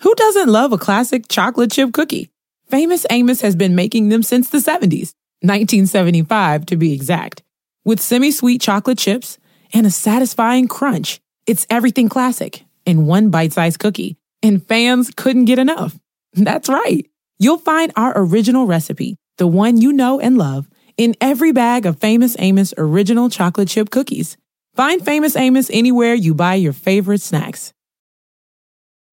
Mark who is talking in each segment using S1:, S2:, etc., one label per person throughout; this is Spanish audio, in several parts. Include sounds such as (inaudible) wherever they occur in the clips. S1: Who doesn't love a classic chocolate chip cookie? Famous Amos has been making them since the 70s, 1975 to be exact, with semi sweet chocolate chips and a satisfying crunch. It's everything classic in one bite sized cookie, and fans couldn't get enough. (laughs) That's right. You'll find our original recipe, the one you know and love, in every bag of Famous Amos original chocolate chip cookies. Find Famous Amos anywhere you buy your favorite snacks.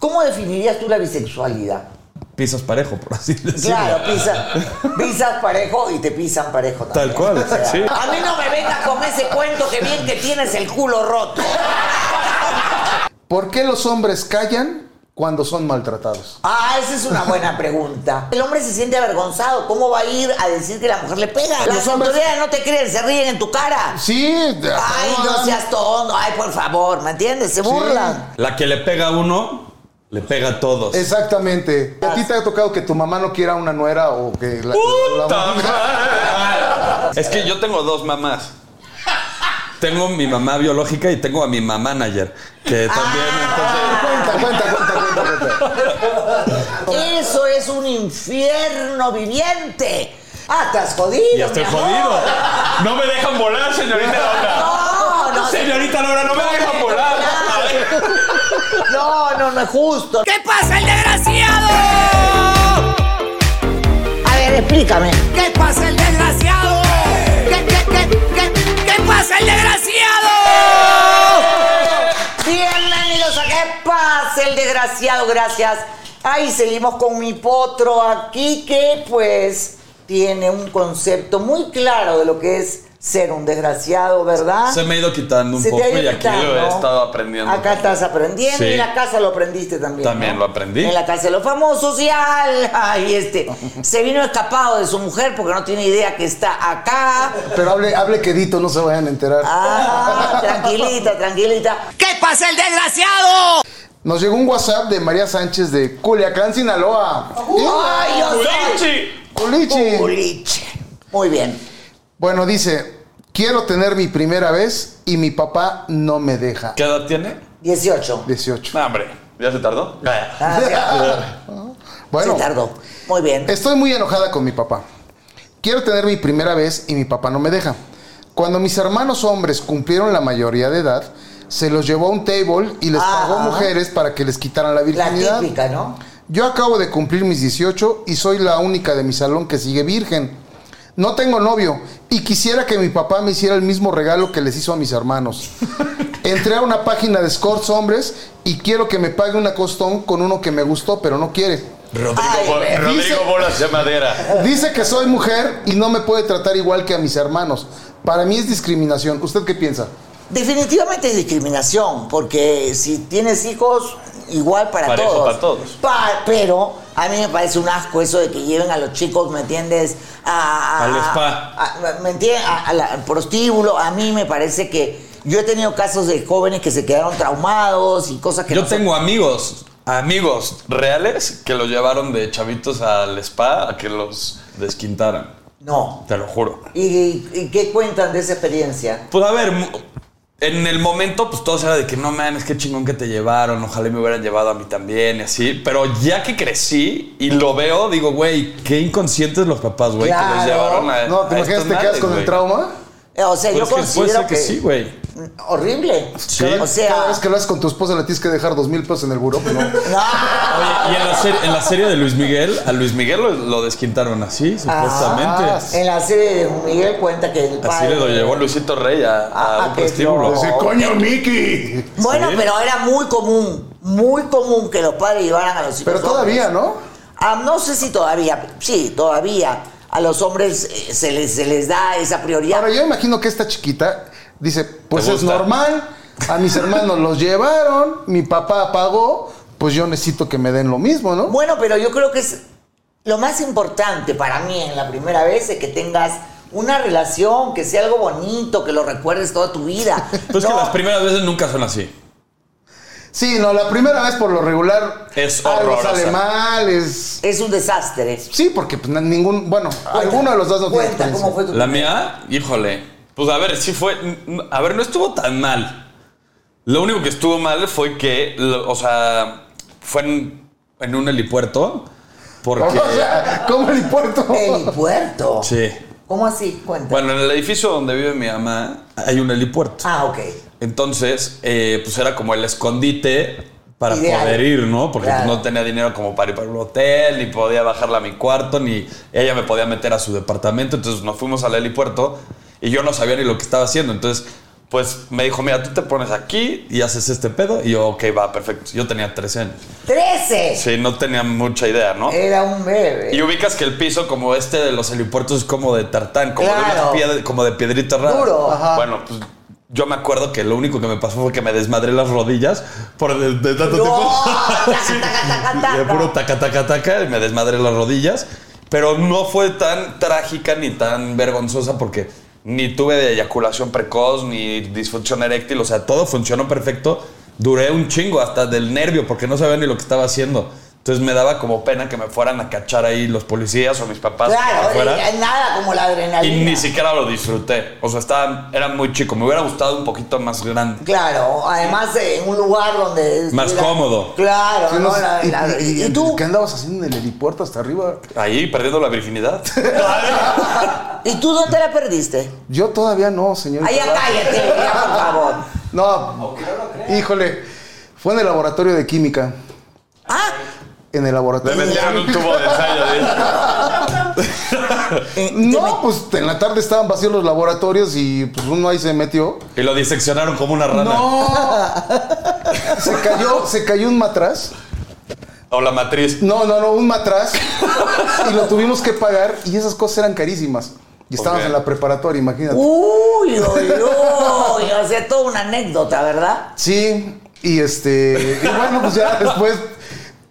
S2: ¿Cómo definirías tú la bisexualidad?
S3: Pisas parejo, por así decirlo.
S2: Claro, pisa- pisas parejo y te pisan parejo también. (laughs)
S3: Tal cual,
S2: O sea,
S3: sí.
S2: A mí no me vengas con ese cuento que bien que tienes el culo roto.
S4: ¿Por qué los hombres callan cuando son maltratados?
S2: Ah, esa es una buena pregunta. El hombre se siente avergonzado. ¿Cómo va a ir a decir que la mujer le pega? Las
S4: Los hombres-
S2: autoridades no te creen, se ríen en tu cara.
S4: Sí. de-
S2: Ay, no seas tonto. Ay, por favor, ¿me entiendes? Se burlan.
S3: La que le pega a uno, le pega a todos.
S4: Exactamente. ¿A ti te ha tocado que tu mamá no quiera una nuera o que la, "Ah,
S3: ¡Puta
S4: la-
S3: madre! Es que yo tengo dos mamás. Tengo mi mamá biológica y tengo a mi mamá manager, que
S2: Ah.
S3: también entonces...
S4: Cuenta, cuenta, cuenta, cuenta, cuenta.
S2: Eso es un infierno viviente. Ah, estás jodido.
S3: Ya estoy
S2: mi amor.
S3: jodido. No me dejan volar,
S2: (laughs)
S3: señorita
S2: No,
S3: Laura.
S2: no.
S3: Señorita Laura, no me dejan volar.
S2: No, no, no es justo.
S5: ¿Qué pasa, el desgraciado?
S2: A ver, explícame.
S5: ¿Qué pasa, el desgraciado? ¿Qué, qué, qué, qué, qué pasa, el desgraciado?
S2: Bienvenidos a ¿Qué pasa, el desgraciado? Gracias. Ahí seguimos con mi potro aquí que pues tiene un concepto muy claro de lo que es ser un desgraciado, ¿verdad?
S3: Se me ha ido quitando un
S2: Se
S3: poco
S2: ha ido
S3: y aquí lo he
S2: quitando.
S3: estado aprendiendo.
S2: Acá estás aprendiendo
S3: Sí.
S2: y en la casa lo aprendiste también.
S3: También
S2: ¿no?
S3: lo aprendí.
S2: En la casa de los famosos y al. Ay, este. Se vino escapado de su mujer porque no tiene idea que está acá.
S4: Pero hable, hable quedito, no se vayan a enterar.
S2: Ah, tranquilita, tranquilita.
S5: ¿Qué pasa, el desgraciado?
S4: Nos llegó un WhatsApp de María Sánchez de Culiacán, Sinaloa.
S2: ¡Ay, yo
S3: ¡Ah,
S2: soy!
S3: ¡Culichi!
S4: Culichi.
S2: Culiche. Muy bien.
S4: Bueno, dice, quiero tener mi primera vez y mi papá no me deja.
S3: ¿Qué edad tiene?
S2: 18.
S4: 18.
S3: No, hombre. ¿Ya se tardó?
S2: Ah, ya.
S4: Bueno,
S2: Se tardó. Muy bien.
S4: estoy muy enojada con mi papá. Quiero tener mi primera vez y mi papá no me deja. Cuando mis hermanos hombres cumplieron la mayoría de edad, se los llevó a un table y les
S2: Ah.
S4: pagó mujeres para que les quitaran la
S2: La
S4: virginidad.
S2: típica, ¿no?
S4: Yo acabo de cumplir mis 18 y soy la única de mi salón que sigue virgen. No tengo novio y quisiera que mi papá me hiciera el mismo regalo que les hizo a mis hermanos.
S2: (laughs)
S4: Entré a una página de escorts hombres y quiero que me pague una costón con uno que me gustó, pero no quiere.
S2: Ay,
S3: Bo-
S2: ver.
S4: dice-
S3: Bolas de Madera.
S4: Dice que soy mujer y no me puede tratar igual que a mis hermanos. Para mí es discriminación. ¿Usted qué piensa?
S2: Definitivamente es discriminación, porque si tienes hijos, igual para
S3: Parejo
S2: todos.
S3: para todos.
S2: Pa- pero a mí me parece un asco eso de que lleven a los chicos, ¿me entiendes? A, a-
S3: Al
S2: a-
S3: spa.
S2: a- ¿Me entiendes? A- a la- al prostíbulo. A mí me parece que yo he tenido casos de jóvenes que se quedaron traumados y cosas que
S3: Yo
S2: no se-
S3: tengo amigos, amigos reales que los llevaron de chavitos al spa a que los desquintaran.
S2: No.
S3: Te lo juro.
S2: ¿Y, y qué cuentan de esa experiencia?
S3: Pues a ver, mu- en el momento, pues todo era de que no mames, qué chingón que te llevaron, ojalá y me hubieran llevado a mí también y así. Pero ya que crecí y lo veo, digo, güey, qué inconscientes los papás, güey, que los
S2: Claro.
S3: llevaron a.
S4: No, ¿te
S3: Eh, a
S4: imaginas
S3: estos
S4: te quedas
S3: madres,
S4: con el
S3: güey?
S4: trauma?
S2: Eh, O sea,
S3: Pues
S2: yo
S3: es que puede
S2: considero
S3: ser que sí, güey.
S2: Horrible.
S3: Sí.
S2: O sea,
S4: Cada vez que lo haces con tu esposa le tienes que dejar dos mil pesos en el buró.
S3: (laughs)
S4: ¿no?
S2: no.
S3: Oye, y en la, serie, en la serie de Luis Miguel, a Luis Miguel lo, lo desquintaron así, supuestamente.
S4: Ah,
S2: En la serie de Miguel cuenta que el
S3: Así
S2: padre.
S3: le lo llevó Luisito Rey a, a
S2: Ah,
S3: un
S2: que
S3: prostíbulo.
S2: no.
S4: Dice, coño, Mickey.
S2: Bueno,
S3: Sí.
S2: pero era muy común, muy común que los padres llevaran a los hijos.
S4: Pero todavía,
S2: hombres.
S4: ¿no?
S2: Ah, no sé si todavía, sí, todavía. A los hombres eh, se les, se les da esa prioridad.
S4: Ahora yo imagino que esta chiquita dice, pues
S3: ¿Te
S4: es
S3: gusta?
S4: normal, a mis hermanos los llevaron, mi papá pagó, pues yo necesito que me den lo mismo, ¿no?
S2: Bueno, pero yo creo que es lo más importante para mí en la primera vez es que tengas una relación, que sea algo bonito, que lo recuerdes toda tu
S4: (laughs)
S2: vida.
S3: Pues que
S2: No,
S3: las primeras veces nunca son así.
S4: Sí, no, la primera vez por lo regular
S3: Es
S4: algo
S3: horrorosa.
S4: sale mal, es...
S2: es un desastre.
S4: Sí, porque pues, na- ningún... Bueno, alguno de los dos no tiene
S2: Cuenta
S4: experiencia.
S2: cómo fue tu
S3: La mía, híjole. Pues a ver, sí fue. A ver, no estuvo tan mal. Lo único que estuvo mal fue que, lo- o sea, fue en, en un helipuerto. Porque.
S4: (laughs) O
S2: (laughs)
S4: sea, ¿cómo el puerto?
S2: Helipuerto.
S3: Sí.
S2: ¿Cómo así? Cuenta.
S3: Bueno, en el edificio donde vive mi mamá hay un helipuerto.
S2: Ah, ok.
S3: Entonces, eh, pues era como el escondite para
S2: Ideal.
S3: poder ir, ¿no? Porque
S2: Claro.
S3: pues, no tenía dinero como para ir para un hotel, ni podía bajarla a mi cuarto, ni ella me podía meter a su departamento. Entonces nos fuimos al helipuerto y yo no sabía ni lo que estaba haciendo. Entonces, pues me dijo, mira, tú te pones aquí y haces este pedo. Y yo, ok, va, perfecto. Yo tenía 13 años.
S2: ¡Trece!
S3: Sí, no tenía mucha idea, ¿no?
S2: Era un bebé.
S3: Y ubicas que el piso como este de los helipuertos es como de tartán, como, de,
S2: Claro.
S3: unas piedra- como de piedrita rara.
S2: Duro. Ajá.
S3: Bueno, pues yo me acuerdo que lo único que me pasó fue que me desmadré las rodillas por de, de tanto
S2: No, (laughs)
S3: tiempo.
S2: taca,
S3: Sí.
S2: taca, taca, taca.
S3: De puro taca, taca, taca, y me desmadré las rodillas. Pero no fue tan trágica ni tan vergonzosa porque ni tuve de eyaculación precoz ni disfunción eréctil. O sea, todo funcionó perfecto. Duré un chingo hasta del nervio porque no sabía ni lo que estaba haciendo. Entonces me daba como pena que me fueran a cachar ahí los policías o mis papás. o lo que
S2: Claro,
S3: fuera.
S2: eh, nada como la
S3: Y
S2: adrenalina.
S3: ni siquiera lo disfruté. O sea, estaba, era muy chico. Me hubiera gustado un poquito más grande.
S2: Claro, además eh, en un lugar donde.
S3: Más
S2: estuviera-
S3: cómodo.
S2: Claro, no,
S4: Unos-
S2: la-
S4: y,
S2: la-
S4: y-
S2: ¿y tú?
S4: ¿Qué andabas haciendo en el helipuerto hasta arriba?
S3: Ahí, perdiendo la (laughs) virginidad.
S2: ¿Y tú dónde la perdiste?
S4: Yo todavía no, señor.
S2: Ahí ya cállate, ya, por favor.
S4: No, híjole. Fue en el laboratorio de química.
S2: Ah,
S4: En el
S3: Le
S4: laboratorio de
S3: metieron un tubo de ensayo. (laughs) ¿eh?
S2: eh,
S4: No, pues en la tarde estaban vacíos los laboratorios y pues uno ahí se metió.
S3: Y lo diseccionaron como una rana.
S4: (laughs) Se cayó, se cayó un matraz.
S3: O la matriz.
S4: No, no, no, un matraz. Y lo tuvimos que pagar y esas cosas eran carísimas. Y estábamos
S3: Ok.
S4: en la preparatoria, imagínate.
S2: Uh. Uy, uy,
S4: (laughs)
S2: uy. O sea, toda una anécdota, ¿verdad?
S4: Sí, y este. Y bueno, pues ya después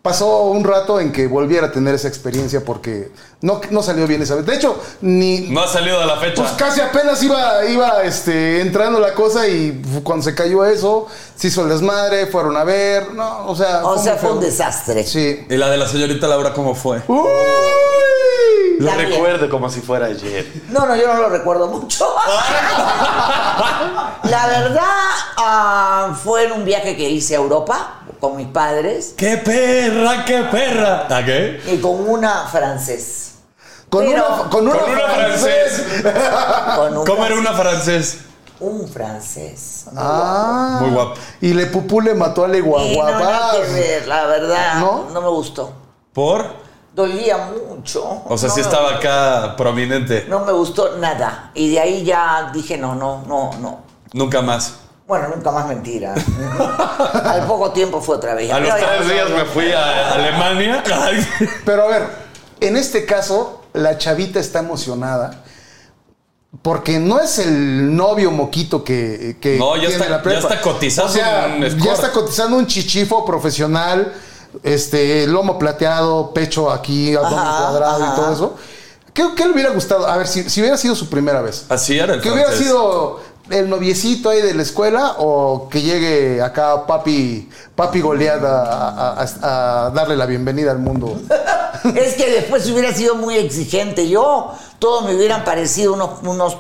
S4: pasó un rato en que volviera a tener esa experiencia porque no, no salió bien esa vez. De hecho, ni.
S3: No ha salido de la fecha.
S4: Pues casi apenas iba, iba este, entrando la cosa y cuando se cayó eso, se hizo el desmadre, fueron a ver, no, o sea.
S2: O sea,
S4: Ah, muy
S2: fue un
S4: feo.
S2: desastre.
S4: Sí.
S3: ¿Y la de la señorita Laura cómo fue?
S4: ¡Uy!
S3: Lo
S2: La mía.
S3: recuerdo como si fuera ayer.
S2: No, no, yo no lo recuerdo mucho. (laughs) La verdad, ah, fue en un viaje que hice a Europa con mis padres
S3: ¡Qué perra, qué perra! ¿A qué?
S2: y con una francés.
S4: Con,
S2: Pero-
S4: una, con una
S3: Con una
S4: francés.
S3: francés.
S2: Con un
S3: ¿Cómo era una francés?
S2: Un francés.
S4: Ah.
S3: Muy guapo.
S4: Y le pupú le mató a Le
S2: Y no, nada que
S4: Guaguabás.
S2: ver, la verdad,
S4: ¿No?
S2: ¿No? me gustó.
S3: ¿Por?
S2: Dolía mucho.
S3: O sea,
S2: No
S3: sí
S2: me-
S3: estaba acá prominente.
S2: No me gustó nada. Y de ahí ya dije, no, no, no, no.
S3: Nunca más.
S2: Bueno, nunca más
S3: (laughs)
S2: mentira. Al poco tiempo fue otra vez.
S3: A los
S2: Pero ya
S3: tres
S2: no
S3: días me
S2: sabía.
S3: fui a Alemania. Ay.
S4: Pero a ver, en este caso, la chavita está emocionada. Porque no es el novio moquito que, que
S3: No, ya está- ya está cotizando
S4: O sea,
S3: un score.
S4: ya está cotizando un chichifo profesional, este, lomo plateado, pecho aquí, abdomen
S2: Ajá,
S4: cuadrado
S2: ajá.
S4: y todo eso. ¿Qué, qué le hubiera gustado? A ver, si, si hubiera sido su primera vez.
S3: Así era el
S4: Que hubiera
S3: francés.
S4: sido el noviecito ahí de la escuela o que llegue acá papi, papi goleada a, a- a darle la bienvenida al mundo.
S2: Es que después hubiera sido muy exigente. Yo, todos me hubieran parecido unos, unos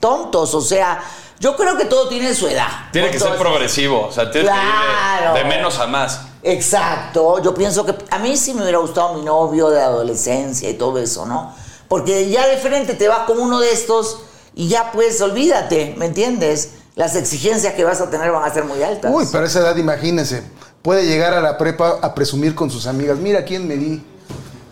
S2: tontos. O sea, yo creo que todo tiene su edad.
S3: Tiene que ser
S2: Entonces,
S3: progresivo. O sea, tienes
S2: Claro.
S3: que ir de- de menos a más.
S2: Exacto, yo pienso que a mí sí me hubiera gustado mi novio de adolescencia y todo eso, ¿no? Porque ya de frente te vas con uno de estos y ya pues olvídate, ¿me entiendes? Las exigencias que vas a tener van a ser muy altas.
S4: Uy, pero a esa edad, imagínense, puede llegar a la prepa a presumir con sus amigas, mira quién me di.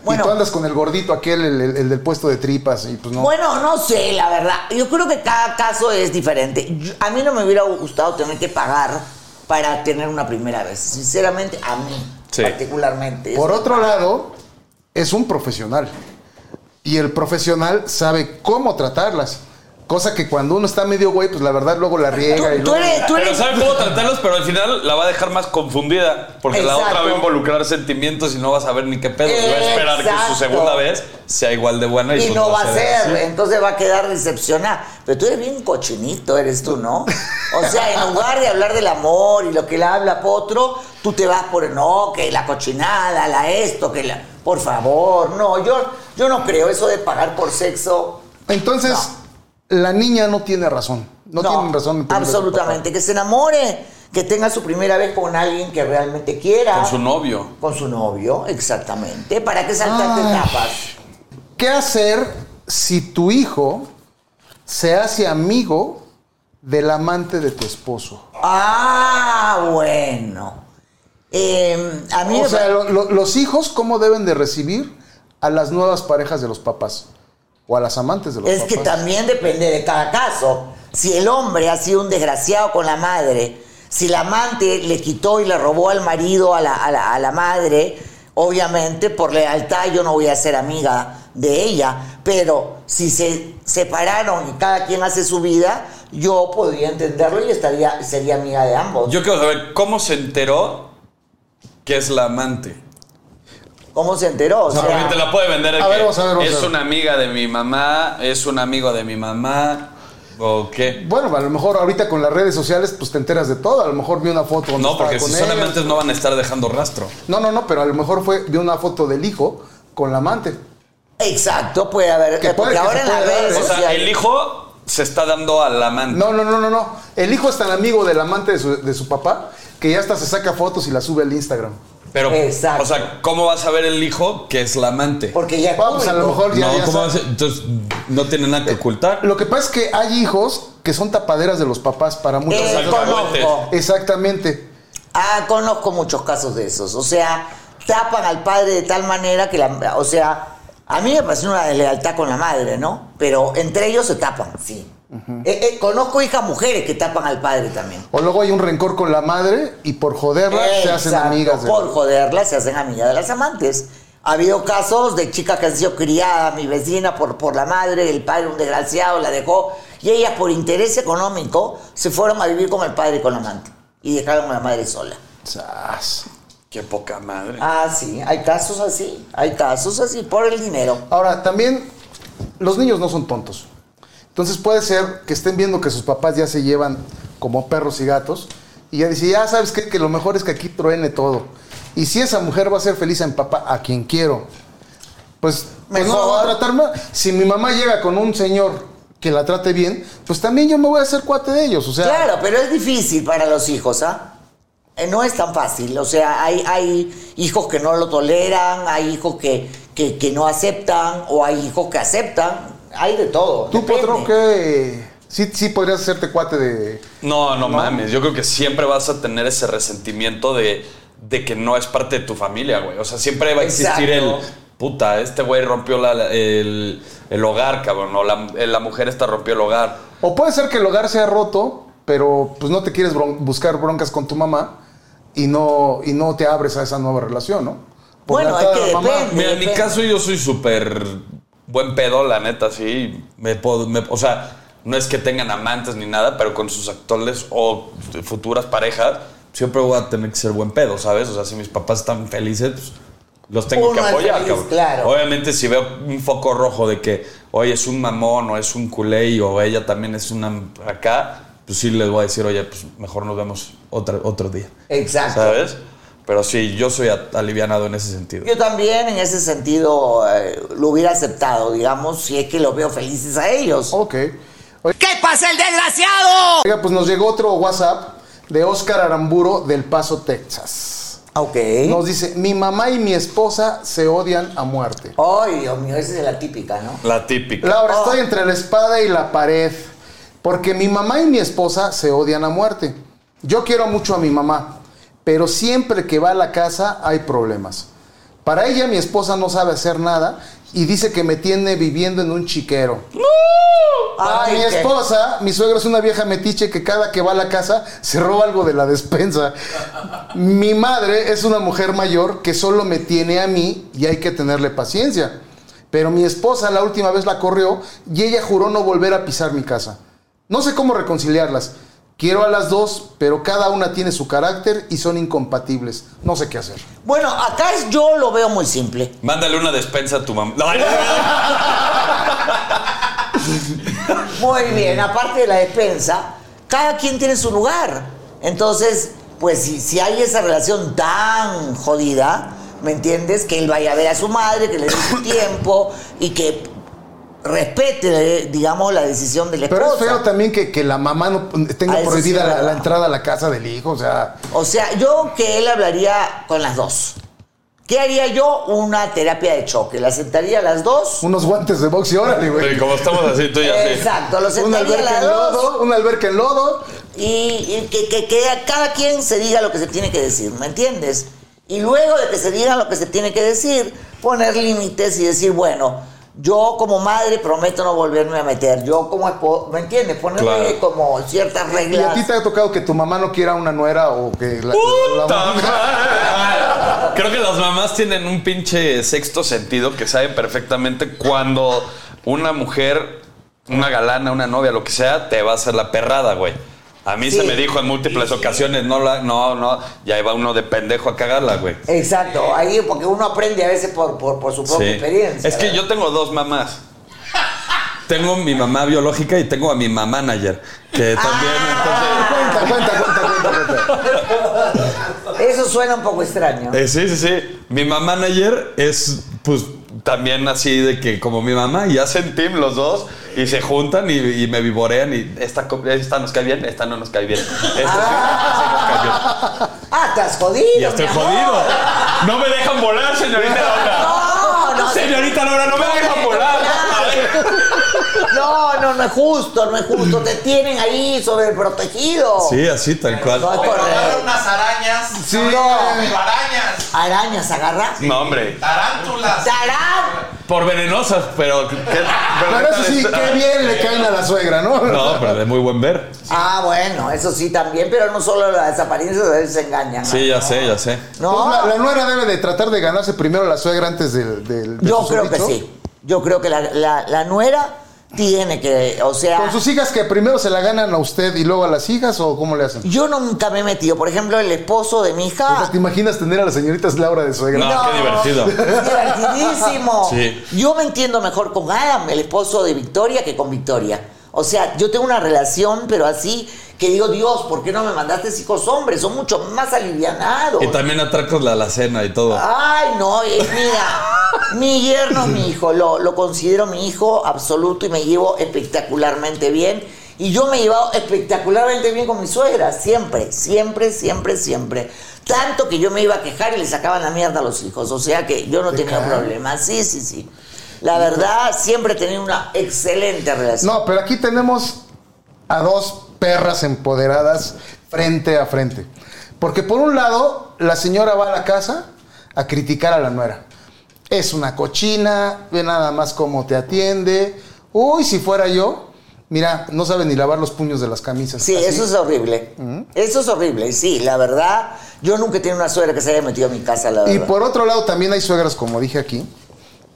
S2: Bueno.
S4: y tú andas con el gordito aquel, el, el- el del puesto de tripas, y pues no.
S2: Bueno, no sé, la verdad. Yo creo que cada caso es diferente. Yo- a mí no me hubiera gustado tener que pagar para tener una primera vez. Sinceramente, a mí,
S3: Sí.
S2: particularmente.
S4: Por otro lado, es un profesional. Y el profesional sabe cómo tratarlas. Cosa que cuando uno está medio güey, pues la verdad luego la
S2: Tú,
S4: riega. y
S2: tú
S4: luego-
S2: eres, tú
S3: Pero
S2: eres-
S3: sabe cómo tratarlos, pero al final la va a dejar más confundida. Porque la otra
S2: Exacto.
S3: va a involucrar sentimientos y no va a saber ni qué pedo. Y va a esperar que
S2: Exacto.
S3: su segunda vez sea igual de buena. Y,
S2: y
S3: pues
S2: no va a ser,
S3: así.
S2: entonces va a quedar decepcionada. Pero tú eres bien cochinito, eres tú, ¿no? O sea, en lugar de hablar del amor y lo que le habla Potro, tú te vas por, no, que la cochinada, la esto, que la... Por favor, no, yo, yo no creo eso de pagar por sexo.
S4: Entonces, la niña no tiene razón. No,
S2: No,
S4: tienen razón. en ponerle a su
S2: Absolutamente, que se enamore, que tenga su primera vez con alguien que realmente quiera.
S3: Con su novio.
S2: Con su novio, exactamente. ¿Para qué saltarte
S4: Ay.
S2: etapas?
S4: papá. ¿Qué hacer si tu hijo se hace amigo del amante de tu esposo?
S2: Ah, bueno. Eh, a mí
S4: O
S2: me
S4: sea,
S2: pa-
S4: lo- lo- los hijos, ¿cómo deben de recibir a las nuevas parejas de los papás? O a las amantes de los
S2: es
S4: papás.
S2: que también depende de cada caso. Si el hombre ha sido un desgraciado con la madre, si la amante le quitó y le robó al marido, a la, a la- a la madre, obviamente por lealtad yo no voy a ser amiga de ella, pero si se separaron y cada quien hace su vida, yo podría entenderlo y estaría, sería amiga de ambos.
S3: Yo quiero saber cómo se enteró que es la amante.
S2: ¿Cómo se enteró? O
S3: O sea,
S2: sea,
S3: porque te la puede vender. el
S4: A ver,
S3: que
S4: vamos a ver, vamos
S3: es
S4: a ver.
S3: una amiga de mi mamá, es un amigo de mi mamá. ¿O qué?
S4: Bueno, a lo mejor ahorita con las redes sociales, pues te enteras de todo. A lo mejor vi una foto donde
S3: No,
S4: estaba
S3: porque
S4: con
S3: si
S4: él.
S3: son amantes no van a estar dejando rastro.
S4: No, no, no, pero a lo mejor fue, vi una foto del hijo con la amante.
S2: Exacto, puede haber. eh,
S4: Que
S2: porque
S4: puede que se
S2: ahora en las
S4: puede dar,
S2: redes
S4: ¿eh?
S3: O
S4: Sí,
S3: sea,
S2: sociales-
S3: el hijo se está dando al amante.
S4: No, no, no, no, no. El hijo es tan amigo del amante de su, de su papá que ya hasta se saca fotos y las sube al Instagram.
S3: Pero,
S2: Exacto.
S3: o sea, ¿cómo va a saber el hijo que es la amante?
S2: Porque ya es
S4: Vamos, a lo
S2: público.
S4: mejor ya,
S3: no,
S4: ya
S3: ¿cómo va a
S4: sabe.
S3: ser? Entonces, no tiene nada que ocultar.
S4: Lo que pasa es que hay hijos que son tapaderas de los papás para muchas
S2: Eh,
S4: cosas.
S2: conozco.
S4: Exactamente.
S2: Ah, conozco muchos casos de esos. O sea, tapan al padre de tal manera que la. O sea, a mí me parece una deslealtad con la madre, ¿no? Pero entre ellos se tapan, sí. Eh, eh, conozco hijas mujeres que tapan al padre también.
S4: O luego hay un rencor con la madre y por joderla se hacen
S2: Exacto,
S4: amigas. de-
S2: Por joderla, se hacen amigas de las amantes. Ha habido casos de chicas que han sido criadas, mi vecina por, por la madre, el padre un desgraciado la dejó, y ellas por interés económico se fueron a vivir con el padre y con la amante, y dejaron a la madre sola.
S4: Sas.
S3: Qué poca madre.
S2: Ah, sí, hay casos así, hay casos así, por el dinero.
S4: Ahora, también los niños no son tontos. Entonces puede ser que estén viendo que sus papás ya se llevan como perros y gatos y ya dicen, ya sabes qué, que lo mejor es que aquí truene todo. Y si esa mujer va a ser feliz en papá a quien quiero, pues, pues no la va a
S2: Mejor.
S4: tratar mal. Si mi mamá llega con un señor que la trate bien, pues también yo me voy a hacer cuate de ellos. O sea,
S2: Claro, pero es difícil para los hijos, ¿ah? Eh, No es tan fácil, o sea, hay, hay hijos que no lo toleran, hay hijos que, que, que no aceptan, o hay hijos que aceptan, hay de todo.
S4: tú,
S2: depende.
S4: Potro, que sí, sí podrías hacerte cuate de...
S3: No, no mames. Yo creo que siempre vas a tener ese resentimiento de, de que no es parte de tu familia, güey. O sea, siempre va a existir
S2: Exacto.
S3: el. Puta, este güey rompió la- la- el, el hogar, cabrón. O la, la mujer esta rompió el hogar.
S4: O puede ser que el hogar sea roto, pero pues no te quieres bron- buscar broncas con tu mamá y no, y no te abres a esa nueva relación, ¿no?
S2: Bueno,
S4: lealtad
S2: es que
S4: a la
S2: depende.
S3: Mira, en mi caso yo soy súper buen pedo, la neta, sí. Me puedo- me- o sea, no es que tengan amantes ni nada, pero con sus actuales o futuras parejas, siempre voy a tener que ser buen pedo, ¿sabes? O sea, si mis papás están felices, pues, los tengo
S2: Uno
S3: que
S2: es
S3: apoyar,
S2: feliz,
S3: cabrón.
S2: claro.
S3: Obviamente, si veo un foco rojo de que, oye, es un mamón o es un culé o ella también es una acá, pues sí les voy a decir, oye, pues mejor nos vemos otra- otro día.
S2: Exacto.
S3: ¿Sabes? Pero sí, yo soy a- alivianado en ese sentido.
S2: Yo también en ese sentido eh, lo hubiera aceptado, digamos, si es que los veo felices a ellos.
S4: Ok. Oye,
S5: ¿Qué pasa el desgraciado?
S4: Oiga, pues nos llegó otro WhatsApp de Oscar Aramburo del Paso, Texas.
S2: Ok.
S4: Nos dice, mi mamá y mi esposa se odian a muerte.
S2: Ay, Dios mío, esa es la típica, ¿no?
S3: La típica.
S4: Laura,
S2: Oh.
S4: estoy entre la espada y la pared. Porque mi mamá y mi esposa se odian a muerte. Yo quiero mucho a mi mamá, pero siempre que va a la casa hay problemas. Para ella mi esposa no sabe hacer nada y dice que me tiene viviendo en un chiquero. Para mi
S2: qué-
S4: esposa, mi suegra es una vieja metiche que cada que va a la casa se roba algo de la despensa. Mi madre es una mujer mayor que solo me tiene a mí y hay que tenerle paciencia. Pero mi esposa la última vez la corrió y ella juró no volver a pisar mi casa. No sé cómo reconciliarlas. Quiero a las dos, pero cada una tiene su carácter y son incompatibles. No sé qué hacer.
S2: Bueno, acá es- yo lo veo muy simple.
S3: Mándale una despensa a tu mamá. No, no,
S2: Muy
S4: Eh,
S2: bien, aparte de la despensa, cada quien tiene su lugar. Entonces, pues si, si hay esa relación tan jodida, ¿me entiendes? Que él vaya a ver a su madre, que le dé
S4: (coughs)
S2: su tiempo y que respete, eh, digamos, la decisión del esposo.
S4: Pero es feo también que, que la mamá no
S2: Ah,
S4: tenga
S2: eso sí
S4: prohibida
S2: es
S4: la,
S2: verdad.
S4: la entrada a la casa del hijo. O sea,
S2: O sea, yo que él hablaría con las dos. ¿Qué haría yo? Una terapia de choque. La sentaría a las dos.
S4: unos guantes de box y órale,
S3: no. Y
S4: güey.
S3: como estamos así, tú ya sí.
S2: Exacto, lo
S4: Una
S2: sentaría a
S4: alberca
S2: las
S4: en
S2: dos.
S4: lodo, una alberca en lodo.
S2: y, y que, que- que a cada quien se diga lo que se tiene que decir, ¿me entiendes? Y luego de que se diga lo que se tiene que decir, poner límites y decir, bueno, yo como madre prometo no volverme a meter, yo como esposo, ¿me entiendes? Ponerle
S3: Claro.
S2: como ciertas
S4: Y a
S2: reglas.
S4: ti te ha tocado que tu mamá no quiera una nuera o que la, la
S3: ¡Puta
S4: mamá-
S3: madre! Creo que las mamás tienen un pinche sexto sentido que saben perfectamente cuando una mujer, una galana, una novia, lo que sea, te va a hacer la perrada, güey. A mí se
S2: Sí.
S3: me dijo en múltiples ocasiones, no, la, no, no, ya iba uno de pendejo a cagarla, güey.
S2: Exacto, ahí porque uno aprende a veces por, por, por su propia
S3: Sí.
S2: experiencia.
S3: Es que
S2: ¿verdad?
S3: yo tengo dos mamás. Tengo mi mamá biológica y tengo a mi mamá manager, que también
S2: Ah,
S3: entonces...
S4: (laughs) Cuenta, cuenta, cuenta, cuenta, cuenta.
S2: Eso suena un poco extraño.
S3: Eh, sí, sí, sí. Mi mamá manager es, pues, también así de que como mi mamá y hacen team los dos y se juntan y, y me vivorean y esta, co- esta nos cae bien, esta no nos cae bien. Esta sí, esta sí nos cae
S2: Ah, estás jodido.
S3: bien. Y estoy
S2: mi amor.
S3: jodido. No me dejan volar, señorita Laura.
S2: No, no,
S3: Señorita Laura, no me dejan volar.
S2: No, no, no es justo, no es justo. Te tienen ahí sobreprotegido.
S3: Sí, así, tal cual.
S2: No es correcto.
S6: unas arañas.
S4: Sí.
S6: No, arañas.
S2: Arañas agarras.
S3: No, hombre.
S6: Tarántulas.
S2: ¡Tarán!
S3: Por venenosas, pero... ¿qué-
S4: Pero eso sí,
S3: tal-
S4: qué bien le caen a la suegra, ¿no?
S3: No, pero de muy buen ver.
S2: Ah, bueno, eso sí también, pero no solo las apariencias a veces se engañan.
S3: Sí, ya sé, ya sé.
S2: No,
S4: Entonces, Pues la, la nuera debe de tratar de ganarse primero a la suegra antes del... del- de
S2: yo
S4: su
S2: creo que
S4: sobrito.
S2: sí. Yo creo que la, la- la nuera tiene que, o sea...
S4: ¿Con sus hijas que primero se la ganan a usted y luego a las hijas o cómo le hacen?
S2: Yo nunca me he metido. Por ejemplo, el esposo de mi
S4: O sea,
S2: hija...
S4: ¿te imaginas tener a la señorita Laura de suegra?
S3: No, qué divertido.
S2: Es (laughs) Divertidísimo.
S3: Sí.
S2: Yo me entiendo mejor con Adam, el esposo de Victoria, que con Victoria. O sea, yo tengo una relación, pero así que digo, Dios, ¿por qué no me mandaste hijos hombres? Son mucho más alivianados.
S3: Y también atracos la alacena y todo.
S2: Ay, no, eh, mira, mi yerno es mi hijo, lo, lo considero mi hijo absoluto y me llevo espectacularmente bien. Y yo me he llevado espectacularmente bien con mi suegra, siempre, siempre, siempre, siempre. Tanto que yo me iba a quejar y le sacaban la mierda a los hijos, o sea que yo no
S4: Te
S2: tenía
S4: cago.
S2: problema. Sí, sí, sí. La verdad, siempre he tenido una excelente relación.
S4: No, pero aquí tenemos a dos perras empoderadas frente a frente. Porque por un lado, la señora va a la casa a criticar a la nuera. Es una cochina, ve nada más cómo te atiende. Uy, si fuera yo, mira, no sabe ni lavar los puños de las camisas.
S2: Sí,
S4: pues, Así.
S2: eso es horrible. Eso es horrible, sí, la verdad. Yo nunca he tenido una suegra que se haya metido a mi casa, la verdad.
S4: Y por otro lado, también hay suegras, como dije aquí,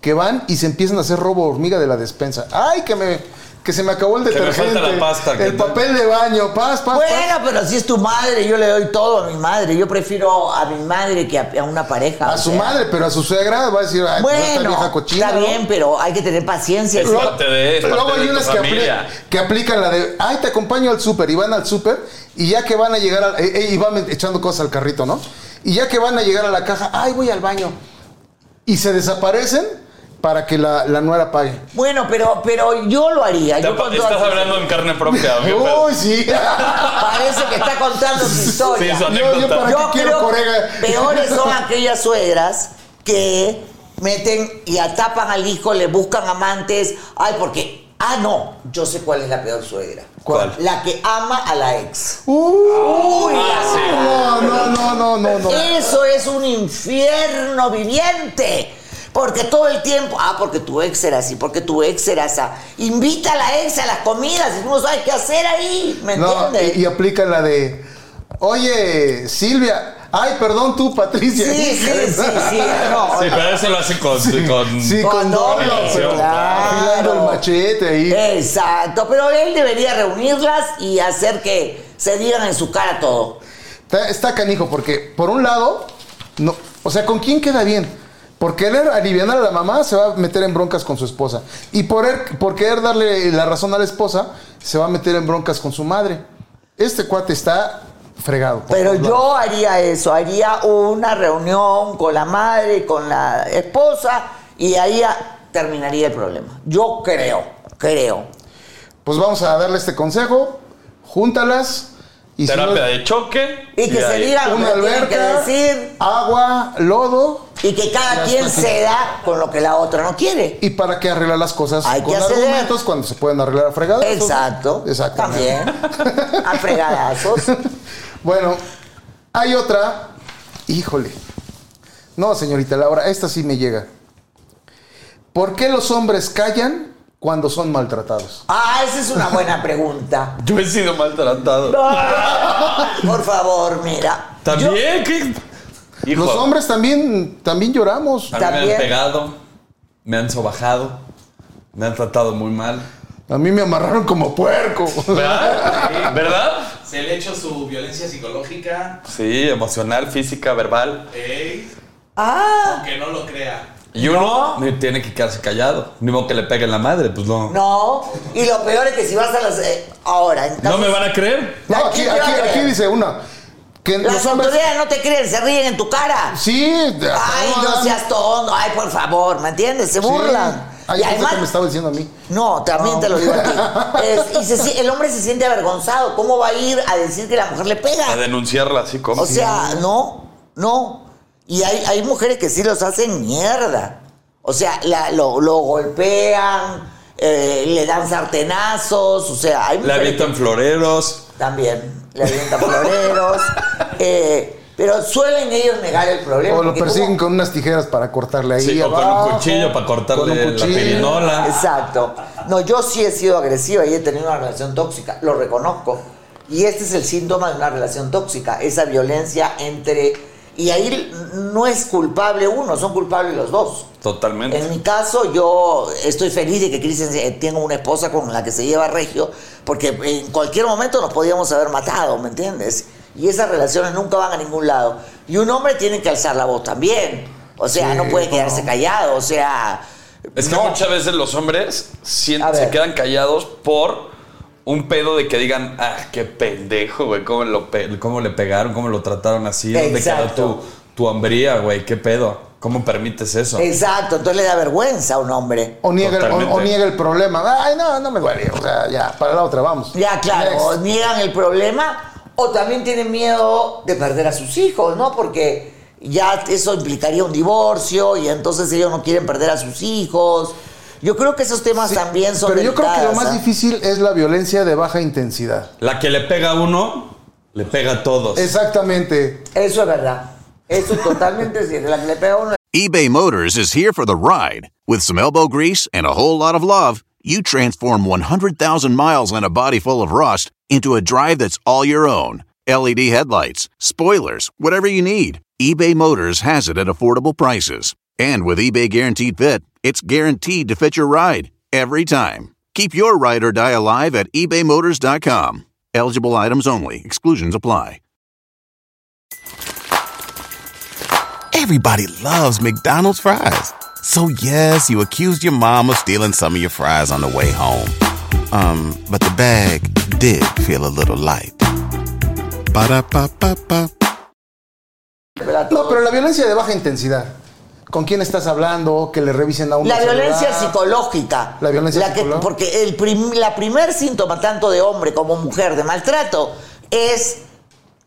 S4: que van y se empiezan a hacer robo hormiga de la despensa. ¡Ay, que me... Que se me acabó el
S3: me falta
S4: detergente.
S3: la pasta, que
S4: el
S3: no-
S4: papel de baño. Paz,
S3: Ah,
S4: paz,
S3: pues.
S4: paz.
S2: Bueno, pero si es tu madre, yo le doy todo a mi madre. Yo prefiero a mi madre que a, a una pareja.
S4: A
S2: o
S4: su
S2: sea.
S4: madre, pero a su suegra va a decir, ay, pues, esta
S2: Bueno,
S4: vieja cochina.
S2: está
S4: ¿no?".
S2: bien, pues. pero hay que tener paciencia.
S3: Es parte de- es
S4: Luego
S3: parte
S4: hay
S3: de
S4: unas
S3: tu
S4: que,
S3: familia.
S4: apli- que aplican la de, ay, te acompaño al súper, y van al súper, y ya que van a llegar, al- eh, eh, y van echando cosas al carrito, ¿no? Y ya que van a llegar a la caja, ay, voy al baño. Y se desaparecen para que la, la nuera pague.
S2: Bueno, pero, pero yo lo haría. Yo con
S3: Estás
S2: toda-
S3: hablando en carne propia. ¿qué pedo?
S4: ¡Uy, sí!
S2: (laughs) Parece que está contando su historia.
S3: Sí, son
S4: (laughs) yo, yo para
S3: anécdotas.
S4: qué
S2: Yo
S4: quiero
S2: creo
S4: corega.
S2: que peores
S4: (laughs)
S2: son aquellas suegras que meten y atapan al hijo, le buscan amantes. Ay, porque. Ah, no, yo sé cuál es la peor suegra.
S3: ¿Cuál?
S2: La que ama a la ex.
S4: ¡Uy!
S3: Ah, sí.
S4: No, no, no, no, no, no.
S2: Eso es un infierno viviente. Porque todo el tiempo, ah, porque tu ex era así, porque tu ex era así. Invita a la ex a las comidas y tú no sabes qué hacer ahí, ¿me
S4: No,
S2: entiendes?
S4: y, y aplica la de, oye, Silvia, Ay, perdón tú, Patricia.
S2: Sí, sí, sí, sí. No,
S3: Sí, (laughs) pero eso lo hace con. con-
S4: Sí,
S2: Con
S4: con
S2: doble,
S4: doble. pero
S2: claro. Eh.
S4: Afilando el machete ahí.
S2: Exacto, pero él debería reunirlas y hacer que se digan en su cara todo.
S4: Está, está canijo, porque por un lado, no, o sea, ¿con quién queda bien? Por querer aliviar a la mamá, se va a meter en broncas con su esposa. Y por, er- por querer darle la razón a la esposa, se va a meter en broncas con su madre. Este cuate está fregado. por
S2: Pero
S4: todos lados.
S2: yo haría eso, haría una reunión con la madre, con la esposa y ahí a- terminaría el problema. Yo creo, creo.
S4: Pues vamos a darle este consejo. Júntalas. Y si no-
S3: Terapia de choque.
S2: Y que se
S3: ahí.
S2: digan lo
S4: una
S2: que tienen que
S4: alberca,
S2: decir
S4: agua, lodo.
S2: y que cada quien se da con lo que la otra no quiere.
S4: Y para que arreglar las cosas
S2: Hay
S4: con
S2: que acceder.
S4: argumentos cuando se pueden arreglar a fregados.
S2: Exacto.
S4: Exacto.
S2: También.
S4: (laughs)
S2: A fregadazos.
S4: Bueno, hay otra. Híjole. No, señorita Laura, esta sí me llega. ¿Por qué los hombres callan cuando son maltratados?
S2: Ah, esa es una buena
S4: (laughs)
S2: pregunta.
S3: Yo he sido maltratado.
S2: Por favor, mira.
S3: ¿También? ¿Qué? Hijo,
S4: Los hombres también, también lloramos.
S3: a mí me
S2: también.
S3: han pegado, me han sobajado, me han tratado muy mal.
S4: A mí me amarraron como puerco.
S3: ¿Verdad? ¿Verdad?
S6: Se le echó su violencia psicológica.
S3: Sí, emocional, física, verbal.
S6: Ey,
S2: Ah,
S6: aunque no lo crea.
S3: Y uno me tiene que quedarse callado. Ni modo que le peguen la madre, pues no. No,
S2: no. Y lo peor es que si vas a las. eh, ahora, en casos-
S3: me van a creer.
S4: No, aquí,
S2: ¿Quién te va a
S4: aquí-
S2: creer?
S4: aquí dice una. Que
S2: Las
S4: los hombres.
S2: autoridades no te creen, se ríen en tu cara.
S4: Sí, de-
S2: Ay, no seas tonto. Ay, por favor, ¿me entiendes? Se
S4: Sí.
S2: burlan.
S4: Ay,
S2: y
S4: pensé
S2: además.
S4: que me estaba diciendo a mí.
S2: No, también te lo digo a ti. Es- y se si- el hombre se siente avergonzado. ¿Cómo va a ir a decir que la mujer le
S3: A
S2: pega?
S3: denunciarla así como.
S2: O sea, no, no. Y hay, hay mujeres que sí los hacen mierda. O sea, la- lo, lo golpean, eh, le dan sartenazos. O sea, hay
S3: le
S2: mujeres que-
S3: avientan floreros.
S2: también le avientan floreros. eh, pero suelen ellos negar el problema.
S4: O lo
S2: porque
S4: persiguen
S2: como-
S4: con unas tijeras para cortarle ahí.
S3: Sí, o con
S4: abajo,
S3: un cuchillo para
S4: con un
S3: cortarle la
S4: cuchillo.
S3: pirinola.
S2: Exacto. No, yo sí he sido agresiva y he tenido una relación tóxica, lo reconozco. Y este es el síntoma de una relación tóxica, esa violencia entre... Y ahí no es culpable uno, son culpables los dos. En
S3: Totalmente.
S2: mi caso, yo estoy feliz de que Cristian se- tenga una esposa con la que se lleva regio, porque en cualquier momento nos podíamos haber matado, ¿me entiendes? Y esas relaciones nunca van a ningún lado. Y un hombre tiene que alzar la voz también. O sea,
S4: Sí,
S2: no puede quedarse
S4: no.
S2: callado, o sea...
S3: Es que
S2: no.
S3: muchas veces los hombres sien-
S2: A ver.
S3: se quedan callados por un pedo de que digan, ah, qué pendejo, güey, cómo, lo pe- cómo le pegaron, cómo lo trataron así, dónde quedó
S2: Exacto.
S3: tu, tu hombría, güey, qué pedo, cómo permites eso.
S2: Exacto, entonces le da vergüenza a un hombre.
S4: O niega, el, o- o,
S3: Totalmente.
S4: niega el problema. Ay, no, no me duele. O sea, ya, para la otra, vamos.
S2: Ya, claro, o
S4: Next.
S2: niegan el problema o también tienen miedo de perder a sus hijos, ¿no? Porque ya eso implicaría un divorcio y entonces ellos no quieren perder a sus hijos. Yo creo que esos temas
S4: Sí,
S2: también son
S4: Pero yo creo que lo
S2: delicadas,
S4: más
S2: ¿ah?
S4: difícil es la violencia de baja intensidad.
S3: La que le pega a uno, le pega a todos.
S4: Exactamente.
S2: Eso es verdad. Eso es totalmente (laughs) cierto. La que le pega a uno
S7: eBay Motors is here for the ride. With some elbow grease and a whole lot of love, you transform 100,000 miles and a body full of rust into a drive that's all your own. LED headlights, spoilers, whatever you need, eBay Motors has it at affordable prices. And with eBay Guaranteed Fit, it's guaranteed to fit your ride every time. Keep your ride or die alive at ebaymotors.com. Eligible items only, exclusions apply.
S8: Everybody loves McDonald's fries. So yes, you accused your mom of stealing some of your fries on the way home. Um, but the bag did feel a little light. Ba-da-ba-ba-ba.
S2: pero a
S4: No,
S2: todos.
S4: pero la violencia de baja intensidad. ¿Con quién estás hablando? Que le revisen a uno.
S2: La
S4: el celular.
S2: violencia psicológica.
S4: La violencia
S2: que-
S4: psicológica.
S2: Porque el prim- la primer síntoma, tanto de hombre como mujer, de maltrato, es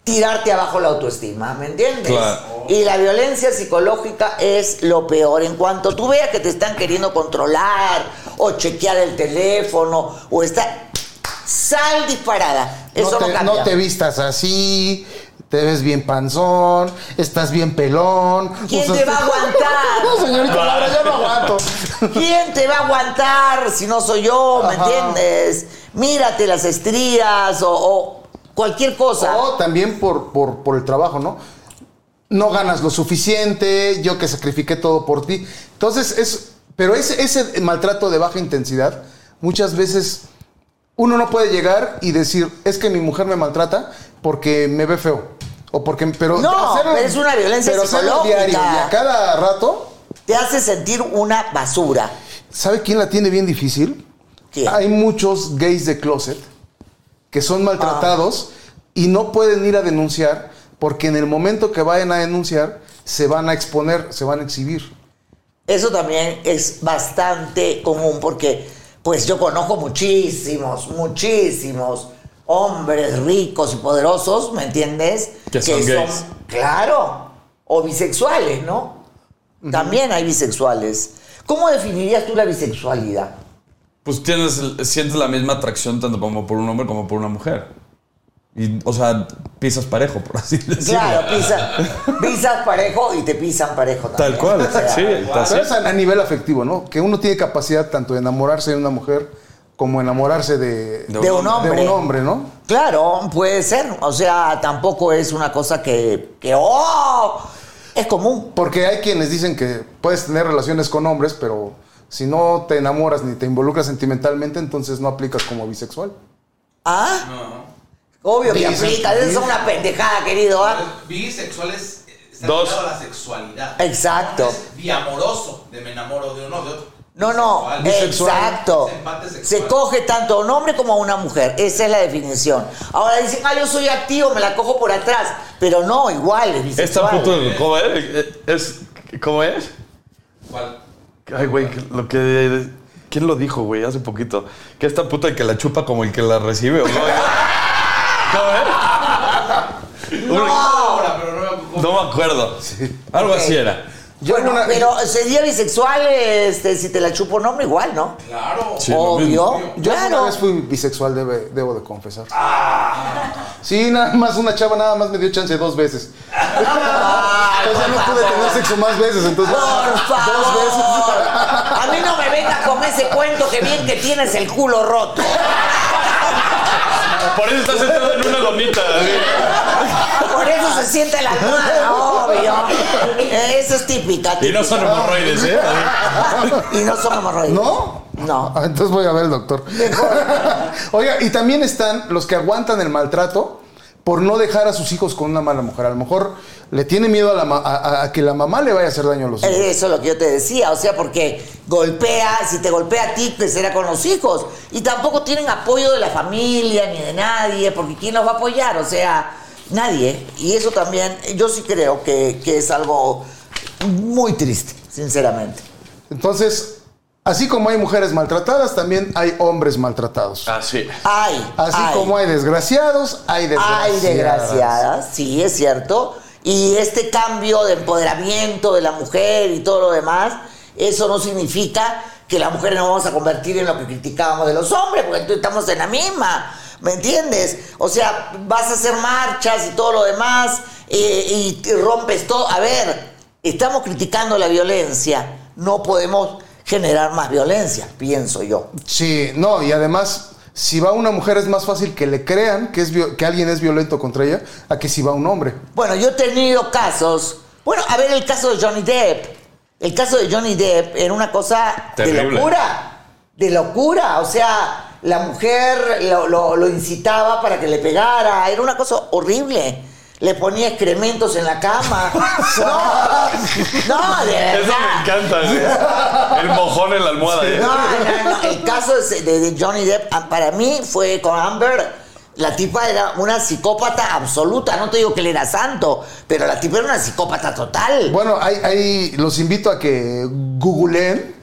S2: tirarte abajo la autoestima, ¿me entiendes?
S3: Claro.
S2: Y la violencia psicológica es lo peor. En cuanto tú veas que te están queriendo controlar o chequear el teléfono o está... Sal disparada. Eso
S4: No
S2: no,
S4: te,
S2: cambia.
S4: no te vistas así. Te ves bien panzón. Estás bien pelón.
S2: ¿Quién
S4: usas-
S2: te va a aguantar?
S4: (laughs) No, señorita Laura, ya no aguanto.
S2: ¿Quién te va a aguantar si no soy yo? ¿Me
S4: Ajá.
S2: entiendes? Mírate las estrías o, o cualquier cosa.
S4: O también por, por, por el trabajo, ¿no? no ganas lo suficiente, yo que sacrifiqué todo por ti. Entonces, es, pero ese, ese maltrato de baja intensidad, muchas veces uno no puede llegar y decir, es que mi mujer me maltrata porque me ve feo. O porque, pero
S2: No, pero es una violencia
S4: pero hacerlo
S2: psicológica.
S4: diario y a cada rato,
S2: Te hace sentir una basura.
S4: ¿sabe quién la tiene bien difícil?
S2: ¿Quién? Ah.
S4: Hay muchos gays de closet que son maltratados y no pueden ir a denunciar porque en el momento que vayan a denunciar se van a exponer, se van a exhibir.
S2: Eso también es bastante común porque pues yo conozco muchísimos, muchísimos hombres ricos y poderosos, ¿me entiendes?
S3: Que son gays.
S2: claro, o bisexuales, ¿no? También hay bisexuales. ¿Cómo definirías tú la bisexualidad?
S3: Pues tienes, sientes la misma atracción tanto como por un hombre como por una mujer. Y, o sea, pisas parejo, por así (laughs) decirlo.
S2: Claro,
S3: (laughs)
S2: pisa- pisas parejo y te pisan parejo también.
S3: Tal cual,
S2: O sea,
S3: sí, así
S4: Pero es a, a nivel afectivo, ¿no? Que uno tiene capacidad tanto de enamorarse de una mujer como enamorarse de,
S3: De
S2: De un hombre.
S4: de un hombre, ¿no?
S2: Claro, puede ser. O sea, tampoco es una cosa que, que ¡oh! Es común.
S4: Porque hay quienes dicen que puedes tener relaciones con hombres, pero si no te enamoras ni te involucras sentimentalmente, entonces no aplicas como bisexual.
S2: ¿Ah? Obvio que
S4: Dicen-
S2: aplica. Esa es una pendejada, querido. ¿ah?
S6: Bisexual es. eh, Está
S3: Dos.
S6: ligado a la sexualidad.
S2: Exacto.
S6: Es biamoroso. De me enamoro de uno de otro.
S2: No, no.
S6: Bisexual.
S2: Exacto.
S6: Es empate sexual.
S2: Se coge tanto a un hombre como a una mujer. Esa es la definición. Ahora dicen, ah, yo soy activo, me la cojo por atrás. Pero no, igual es
S3: Está
S2: bisexual.
S3: a punto de. ¿Cómo es? Es- ¿Cómo es?
S6: ¿Cuál?
S3: Ay, güey, que- lo que. ¿Quién lo dijo, güey? Hace poquito. Que esta puta el que la chupa como el que la recibe, ¿o no? ¿Cómo es? Uy,
S6: Ahora, pero no me acuerdo.
S3: No me acuerdo. Algo así era.
S4: Yo
S2: Bueno,
S4: alguna-
S2: pero sería bisexual este, si te la chupa un hombre, igual, ¿no?
S6: Claro.
S3: Sí, lo mismo.
S2: Obvio.
S4: Yo alguna
S2: Claro.
S4: vez fui bisexual, debe- debo de confesar. Sí, nada más una chava nada más me dio chance dos veces. o sea, no pude
S2: Ah,
S4: tener sexo más veces, entonces
S2: Por
S4: (laughs) dos
S2: favor.
S4: veces.
S2: A mí no me vengas con ese cuento que bien que tienes el culo roto.
S3: Por eso está sentado en una lomita.
S2: Por eso se siente la almohada, obvio. Eh, Eso es típica.
S3: Y no son hemorroides, ¿eh?
S2: típica. Y no son hemorroides.
S4: ¿No?
S2: No.
S4: Ah, Entonces voy a ver al doctor. (laughs) Oiga, y también están los que aguantan el maltrato por no dejar a sus hijos con una mala mujer. A lo mejor le tiene miedo a, la ma- a- a- a que la mamá le vaya a hacer daño a los hijos.
S2: Eh, Eso es lo que yo te decía, o sea, porque golpea, si te golpea a ti, que será con los hijos. Y tampoco tienen apoyo de la familia ni de nadie, porque ¿quién los va a apoyar? O sea, nadie. Y eso también, yo sí creo que, que es algo muy triste, sinceramente.
S4: Entonces, así como hay mujeres maltratadas, también hay hombres maltratados.
S3: Así.
S2: Ay,
S4: Así
S2: ay.
S4: como hay desgraciados, hay desgraciadas.
S2: Ay, desgraciada, sí, es cierto. Y este cambio de empoderamiento de la mujer y todo lo demás, eso no significa que las mujeres nos vamos a convertir en lo que criticábamos de los hombres, porque entonces estamos en la misma, ¿me entiendes? O sea, vas a hacer marchas y todo lo demás, eh, y te rompes todo. A ver, estamos criticando la violencia, no podemos generar más violencia, pienso yo.
S4: Sí, no, y además, si va una mujer es más fácil que le crean que, es vio- que alguien es violento contra ella a que si va un hombre.
S2: Bueno, yo he tenido casos. Bueno, a ver el caso de Johnny Depp. El caso de Johnny Depp era una cosa de
S3: Terrible.
S2: locura. De locura. O sea, la mujer lo, lo- lo incitaba para que le pegara. Era una cosa horrible. Le ponía excrementos en la
S3: (laughs)
S2: cama. No, no, de verdad.
S3: Eso me encanta, güey. El mojón en la almohada. ¿eh?
S2: No, no, no.
S4: (laughs)
S2: El caso de, de- de Johnny Depp, ah, para mí, fue con Amber. La tipa era una psicópata absoluta. No te digo que él era santo, pero la tipa era una psicópata total.
S4: Bueno, hay, hay- los invito a que googleen,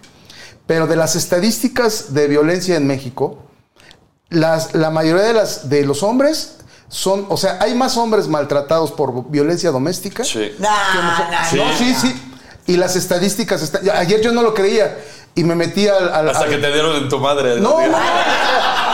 S4: pero de las estadísticas de violencia en México, las, la mayoría de, las, de los hombres son, o sea, hay más hombres maltratados por violencia doméstica.
S3: Sí.
S2: Nah, nah,
S3: Sí.
S4: No,
S2: nah.
S4: sí, sí. Y las estadísticas están. ya, Ayer yo no lo creía y me metí al. al-
S3: Hasta
S4: al-
S3: que te dieron en tu madre.
S4: No,
S3: Ayer
S4: no.
S3: en la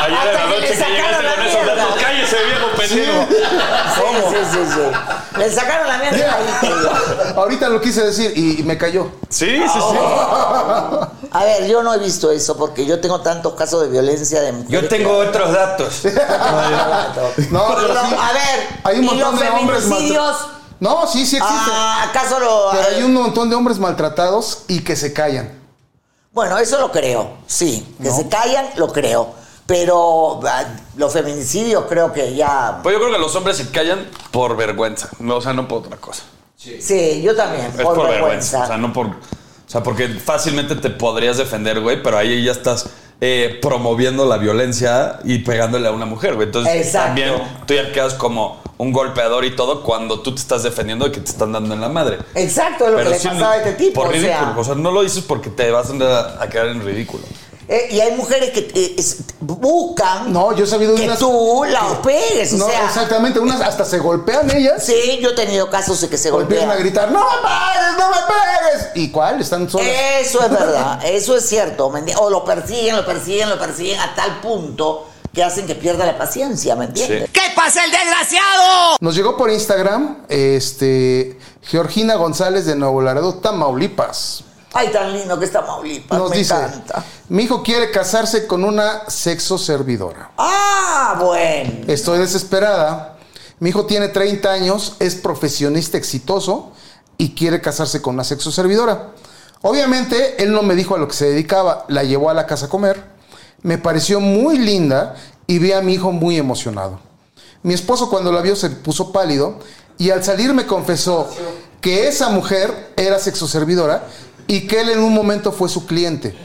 S2: Hasta que le
S3: noche que llegaste
S2: sacaron la
S3: con esos
S2: mierda.
S3: datos. Cállese, viejo pendejo.
S2: (laughs) Sí, sí, sí, sí. Le sacaron la mierda.
S4: Ya.
S2: ahí, te digo.
S4: Ahorita lo quise decir y, y me cayó.
S3: Sí, sí, sí.
S2: Oh. A ver, yo no he visto eso porque yo tengo tantos casos de violencia de mujeres.
S3: otros datos.
S2: (laughs)
S3: Pues
S2: No,
S4: No,
S2: y
S4: pero
S2: lo-
S4: sí.
S2: a ver,
S4: Hay un
S2: y los
S4: montón de hombres
S2: feminicidios
S4: No, sí, sí existe.
S2: Ah, ¿acaso lo...?
S4: Pero hay un montón de hombres maltratados y que se callan.
S2: Bueno, eso lo creo, sí. Que se callan, lo creo. Pero ah, los feminicidios creo que ya...
S3: Pues yo creo que los hombres se callan por vergüenza. No, o sea, no por otra cosa.
S2: Sí, yo también,
S3: Es
S2: por, vergüenza.
S3: O sea, no por. O sea, porque fácilmente te podrías defender, güey, pero ahí ya estás eh, promoviendo la violencia y pegándole a una mujer, güey. Entonces
S2: Exacto.
S3: también tú ya quedas como un golpeador y todo cuando tú te estás defendiendo de que te están dando en la madre.
S2: Exacto, lo que le
S3: sí,
S2: pasaba a este tipo.
S3: Por
S2: o
S3: ridículo.
S2: sea.
S3: O sea, no lo dices porque te vas a, a quedar en ridículo.
S2: Eh, y hay mujeres que eh, es- buscan
S4: No, yo he sabido de
S2: que
S4: unas-
S2: tú las
S4: que-
S2: pegues. O
S4: No,
S2: sea,
S4: exactamente. Unas hasta se golpean ellas.
S2: sí, yo he tenido casos de que se
S4: o empiezan a
S2: golpean.
S4: gritar, no me pares, no me pegues. ¿Y cuál? Están solas.
S2: Eso es verdad, eso es cierto. ¿me entiendes? O lo persiguen, lo persiguen, lo persiguen a tal punto que hacen que pierda la paciencia, ¿me entiendes?
S5: ¿Qué pasa el desgraciado?
S4: Nos llegó por Instagram, este, Georgina González de Nuevo Laredo, Tamaulipas.
S2: Ay, tan lindo que está Maulipas,
S4: Nos
S2: me
S4: dice,
S2: encanta.
S4: mi hijo quiere casarse con una sexo servidora.
S2: Ah, bueno.
S4: Estoy desesperada. Mi hijo tiene 30 años, es profesionista exitoso y quiere casarse con una sexo servidora. Obviamente, él no me dijo a lo que se dedicaba, la llevó a la casa a comer. Me pareció muy linda y vi a mi hijo muy emocionado. Mi esposo cuando la vio se puso pálido y al salir me confesó que esa mujer era sexo servidora y que él en un momento fue su cliente.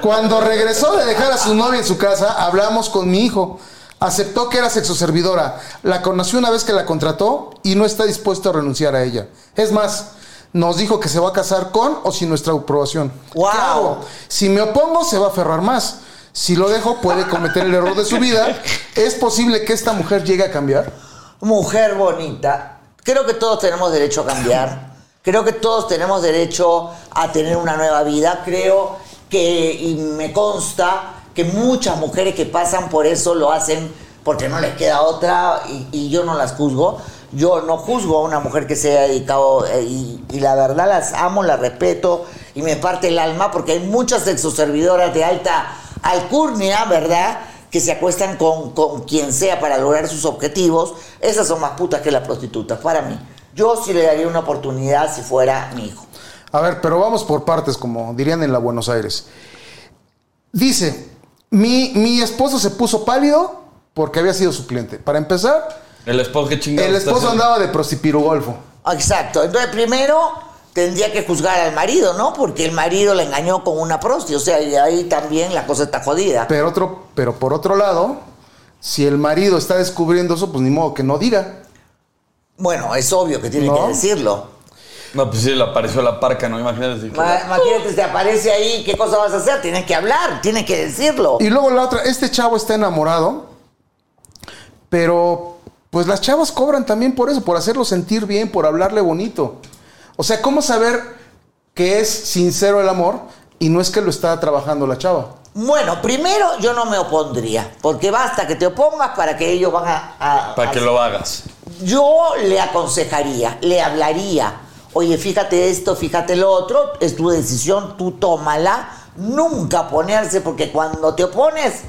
S4: Cuando regresó de dejar a su novia en su casa, hablamos con mi hijo. Aceptó que era sexoservidora. La conoció una vez que la contrató y no está dispuesto a renunciar a ella. Es más, nos dijo que se va a casar con o sin nuestra aprobación.
S2: ¡Guau!
S4: ¿Qué hago? Si me opongo, se va a aferrar más. Si lo dejo, puede cometer el error de su vida. ¿Es posible que esta mujer llegue a cambiar?
S2: Mujer bonita, creo que todos tenemos derecho a
S4: (laughs)
S2: cambiar. Creo que todos tenemos derecho a tener una nueva vida. Creo que, y me consta, que muchas mujeres que pasan por eso lo hacen porque no les queda otra y, y yo no las juzgo. Yo no juzgo a una mujer que se ha dedicado eh, y, y la verdad las amo, las respeto y me parte el alma porque hay muchas sexoservidoras de alta alcurnia, ¿verdad? que se acuestan con, con quien sea para lograr sus objetivos, esas son más putas que las prostitutas, para mí. Yo sí le daría una oportunidad si fuera mi hijo.
S4: A ver, pero vamos por partes, como dirían en la Buenos Aires. Dice, mi, mi esposo se puso pálido porque había sido su cliente. Para empezar,
S3: El esposo que chingado.
S4: El esposo andaba de prostipirugolfo.
S2: Exacto. Entonces, primero tendría que juzgar al marido, ¿no? Porque el marido la engañó con una prosti, o sea, y ahí también la cosa está jodida.
S4: Pero, otro, pero por otro lado, si el marido está descubriendo eso, pues ni modo que no diga.
S2: Bueno, es obvio que tiene
S4: No.
S2: que decirlo.
S3: No, pues sí, le apareció la parca, ¿no? Imagínate. si-
S2: Ma- Imagínate, te aparece ahí, ¿qué cosa vas a hacer? Tienes que hablar, tienes que decirlo.
S4: Y luego la otra, este chavo está enamorado, pero pues las chavas cobran también por eso, por hacerlo sentir bien, por hablarle bonito. O sea, ¿cómo saber que es sincero el amor y no es que lo está trabajando la chava?
S2: Bueno, primero yo no me opondría, porque basta que te opongas para que ellos van a... a-
S3: Para que
S2: a-
S3: lo hagas.
S2: Yo le aconsejaría, le hablaría. Oye, fíjate esto, fíjate lo otro, es tu decisión, tú tómala. Nunca ponerse, porque cuando te opones,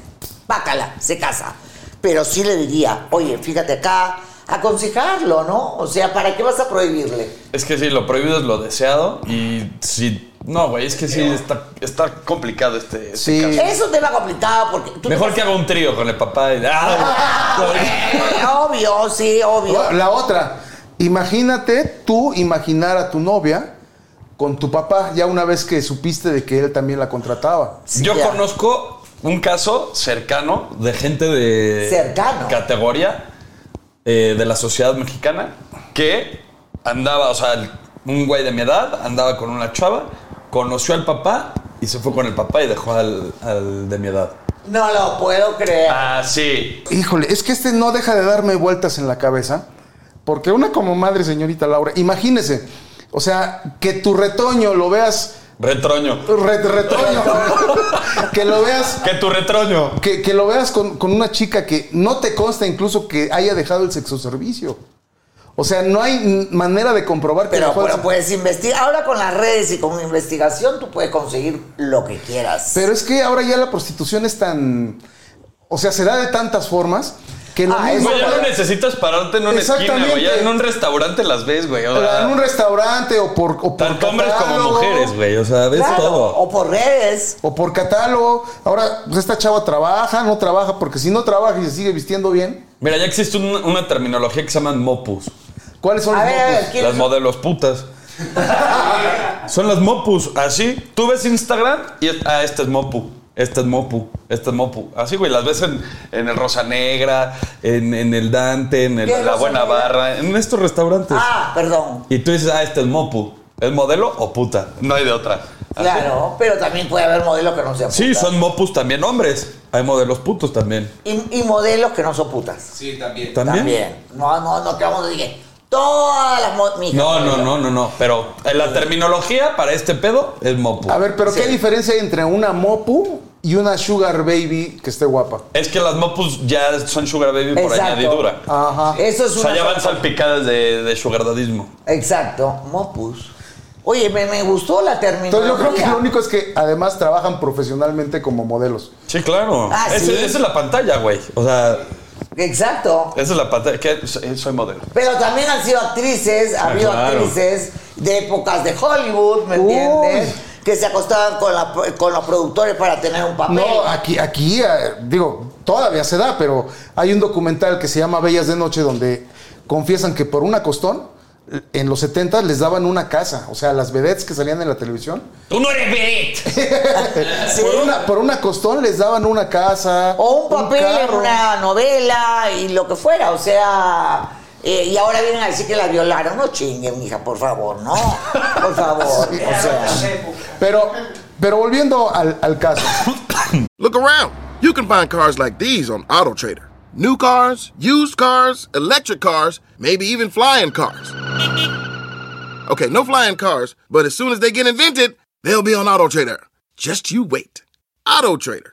S2: bácala, se casa. Pero sí le diría, oye, fíjate acá, aconsejarlo, ¿no? O sea, ¿para qué vas a prohibirle?
S3: Es que sí, lo prohibido es lo deseado y si... No, güey, es que sí, está, está complicado este, este
S4: Sí.
S3: caso.
S2: Es un tema complicado porque... tú
S3: Mejor
S2: te-
S3: que haga un trío con el papá. y- Ah,
S4: (laughs)
S2: Eh, Obvio, sí, obvio.
S4: La otra, imagínate tú imaginar a tu novia con tu papá ya una vez que supiste de que él también la contrataba.
S2: Sí,
S3: Yo
S2: ya.
S3: conozco un caso cercano de gente de
S2: Cercano.
S3: categoría eh, de la sociedad mexicana que andaba, o sea, el- un güey de mi edad andaba con una chava, conoció al papá y se fue con el papá y dejó al, al de mi edad.
S2: No lo puedo creer.
S3: Ah, sí.
S4: Híjole, es que este no deja de darme vueltas en la cabeza, porque una como madre, señorita Laura, imagínese, o sea, que tu retoño lo veas,
S3: Retroño.
S4: re- retoño, (laughs) que lo veas...
S3: Que tu retroño.
S4: Que, que lo veas con, con una chica que no te consta incluso que haya dejado el sexo servicio. O sea, no hay n- manera de comprobar que
S2: Pero,
S4: dejó el
S2: pero
S4: sexo-
S3: pues.
S2: puedes investigar. Ahora con las redes y con investigación tú puedes conseguir lo que quieras.
S4: Pero es que ahora ya la prostitución es tan. O sea, se da de tantas formas que Que lo
S2: Ah,
S4: mismo
S3: Güey, ya
S4: para-
S3: no necesitas pararte en una esquina, güey. Ya
S4: Exactamente.
S3: en un restaurante las ves, güey. O sea,
S4: en un restaurante o por, o por
S3: tanto hombres como
S4: catálogo,
S3: mujeres, güey. O sea, ves
S2: Claro,
S3: todo.
S2: O por redes.
S4: O por catálogo. Ahora, pues esta chava trabaja, no trabaja, porque si no trabaja y se sigue vistiendo bien,
S3: Mira, ya existe un- una terminología que se llaman mopus.
S4: ¿cuáles son
S2: A
S4: los
S2: ver, a
S4: mocos?
S2: ver, ¿quién
S3: Las modelos putas. Son las mopus, así. Tú ves Instagram y es- ah, esta es mopu, esta es mopu, esta es mopu. Así, güey, las ves en, en el Rosa Negra, en, en el Dante, en el-
S2: ¿Qué es
S3: la
S2: Rosa
S3: Buena
S2: Negra?
S3: Barra, en estos restaurantes.
S2: Ah, perdón.
S3: Y tú dices, ah, esta es mopu. ¿Es modelo o puta? No hay de otra. Así.
S2: Claro, pero también puede haber modelos que no sean
S3: Ah, Sí,
S2: putas.
S3: son mopus también hombres. Hay modelos putos también.
S2: Y, y modelos que no son putas.
S6: Sí, también.
S3: ¿También?
S2: También. No, no, no, que vamos a decir que todas las mo- mija,
S3: No, no,
S2: modelo.
S3: no, no, no. Pero en la terminología para este pedo es mopu.
S4: A ver, pero ¿qué
S2: Sí.
S4: diferencia hay entre una mopu y una sugar baby que esté guapa?
S3: Es que las mopus ya son sugar baby por
S2: Exacto.
S3: añadidura.
S2: Ah,
S4: Ajá.
S2: Eso es
S3: O sea,
S2: una
S3: ya van
S2: sola-
S3: salpicadas de, de sugar dadismo.
S2: Exacto, mopus. Oye, me, me gustó la terminología.
S4: Entonces yo creo que lo único es que además trabajan profesionalmente como modelos.
S3: Sí, claro.
S2: Ah,
S3: Ese-
S2: ¿sí?
S3: Esa es la pantalla, güey. O sea,
S2: Exacto.
S3: esa es la pantalla. ¿Qué? Soy soy modelo.
S2: Pero también han sido actrices, ha
S3: Ah,
S2: habido
S3: claro.
S2: actrices de épocas de Hollywood, ¿me
S4: Uy.
S2: entiendes? Que se acostaban con, la- con los productores para tener un papel.
S4: No, aquí, aquí, eh, digo, todavía se da, pero hay un documental que se llama Bellas de Noche donde confiesan que por una costón, en los 70 les daban una casa. O sea, las vedettes que salían en la televisión,
S3: ¡Tú no eres vedette!
S4: (laughs)
S2: Sí.
S4: por una, por una costón les daban una casa.
S2: O un papel en
S4: carro.
S2: una novela y lo que fuera, o sea. eh, y ahora vienen a decir que la violaron. No chinguen, hija, por favor, no. Por favor. o sea.
S4: Pero, pero volviendo al, al caso.
S9: Look around. You can find cars like these on AutoTrader. New cars, used cars, electric cars, maybe even flying cars. Okay, no flying cars, but as soon as they get invented, they'll be on AutoTrader. Just you wait. AutoTrader.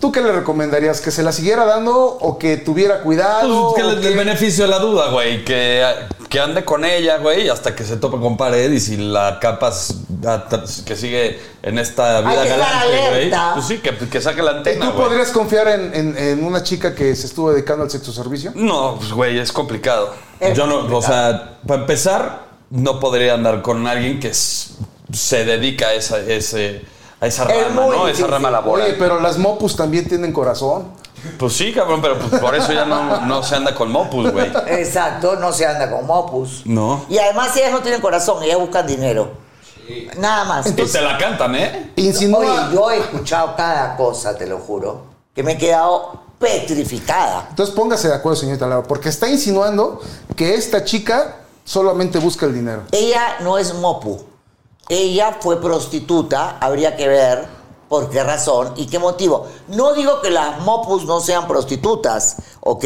S4: ¿Tú qué le recomendarías? ¿Que se la siguiera dando o que tuviera
S3: Pues,
S4: cuidado?
S3: que
S4: o
S3: el,
S4: que-
S3: el beneficio de la duda, güey. Que, que ande con ella, güey, hasta que se tope con pared. Y si la capa s- atras- que sigue en esta vida
S2: que estar
S3: galante, güey.
S2: alerta.
S3: Pues sí, que, que saque la
S4: ¿Y
S3: antena,
S4: tú
S3: güey.
S4: podrías confiar en, en- en una chica que se estuvo dedicando al sexo servicio?
S3: No, pues güey, es complicado.
S2: Es
S3: Yo no, o sea, para empezar, no podría andar con alguien que s- se dedica a esa, ese, a esa
S2: Es
S3: rama,
S2: muy
S3: ¿no? Esa
S2: difícil.
S3: rama laboral.
S4: Oye, pero las mopus también tienen corazón.
S3: Pues sí, cabrón, pero pues, por eso ya no, no se anda con mopus, güey.
S2: Exacto, no se anda con mopus.
S3: No.
S2: Y además ellas no tienen corazón, ellas buscan dinero. Nada más.
S3: Y se la cantan, ¿eh?
S4: Insinúa.
S2: Oye, yo he escuchado cada cosa, te lo juro, que me he quedado petrificada.
S4: Entonces póngase de acuerdo, señorita Laura, porque está insinuando que esta chica solamente busca el dinero.
S2: Ella no es mopu. Ella fue prostituta, habría que ver por qué razón y qué motivo. No digo que las mopus no sean prostitutas, ¿ok?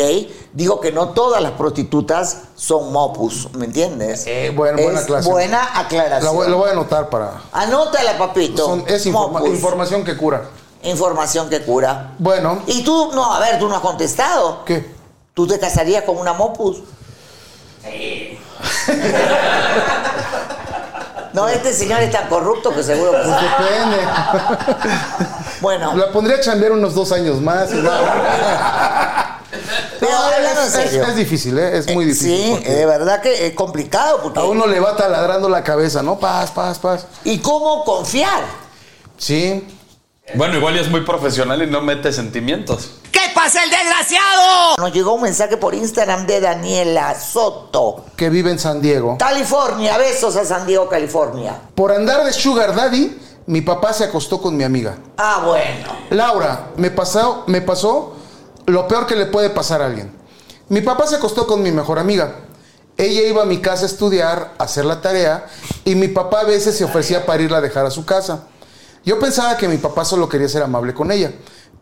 S2: Digo que no todas las prostitutas son mopus, ¿me entiendes?
S4: Eh, bueno, buena
S2: Es
S4: aclaración.
S2: Buena
S4: La
S2: aclaración.
S4: voy- lo voy a anotar para...
S2: Anótala, papito.
S4: son- es informa-
S2: Mopus.
S4: información que cura.
S2: Información que cura.
S4: Bueno,
S2: Y tú, no, a ver, tú no has contestado.
S4: ¿qué?
S2: ¿Tú te casarías con una mopus? No, este señor es tan corrupto que seguro
S4: Pues
S2: que...
S4: depende.
S2: (laughs) Bueno,
S4: La pondría a chambear unos dos años más. y va.
S2: pero
S4: No,
S2: hablando en
S4: es, es-
S2: serio.
S4: es difícil, ¿eh? es muy
S2: Eh,
S4: difícil.
S2: Sí,
S4: porque
S2: de verdad que es complicado. Porque...
S4: A uno le va taladrando la cabeza, ¿no? Paz, paz, paz.
S2: ¿Y cómo confiar?
S4: Sí.
S3: Bueno, igual y es muy profesional y no mete sentimientos.
S5: ¿Qué pasa el desgraciado?
S2: Nos llegó un mensaje por Instagram de Daniela Soto.
S4: Que vive en San Diego.
S2: California, besos a San Diego, California.
S4: Por andar de Sugar Daddy, mi papá se acostó con mi amiga.
S2: Ah, bueno.
S4: Laura, me pasó, me pasó lo peor que le puede pasar a alguien. Mi papá se acostó con mi mejor amiga. Ella iba a mi casa a estudiar, a hacer la tarea, y mi papá a veces se ofrecía para irla a dejar a su casa. Yo pensaba que mi papá solo quería ser amable con ella,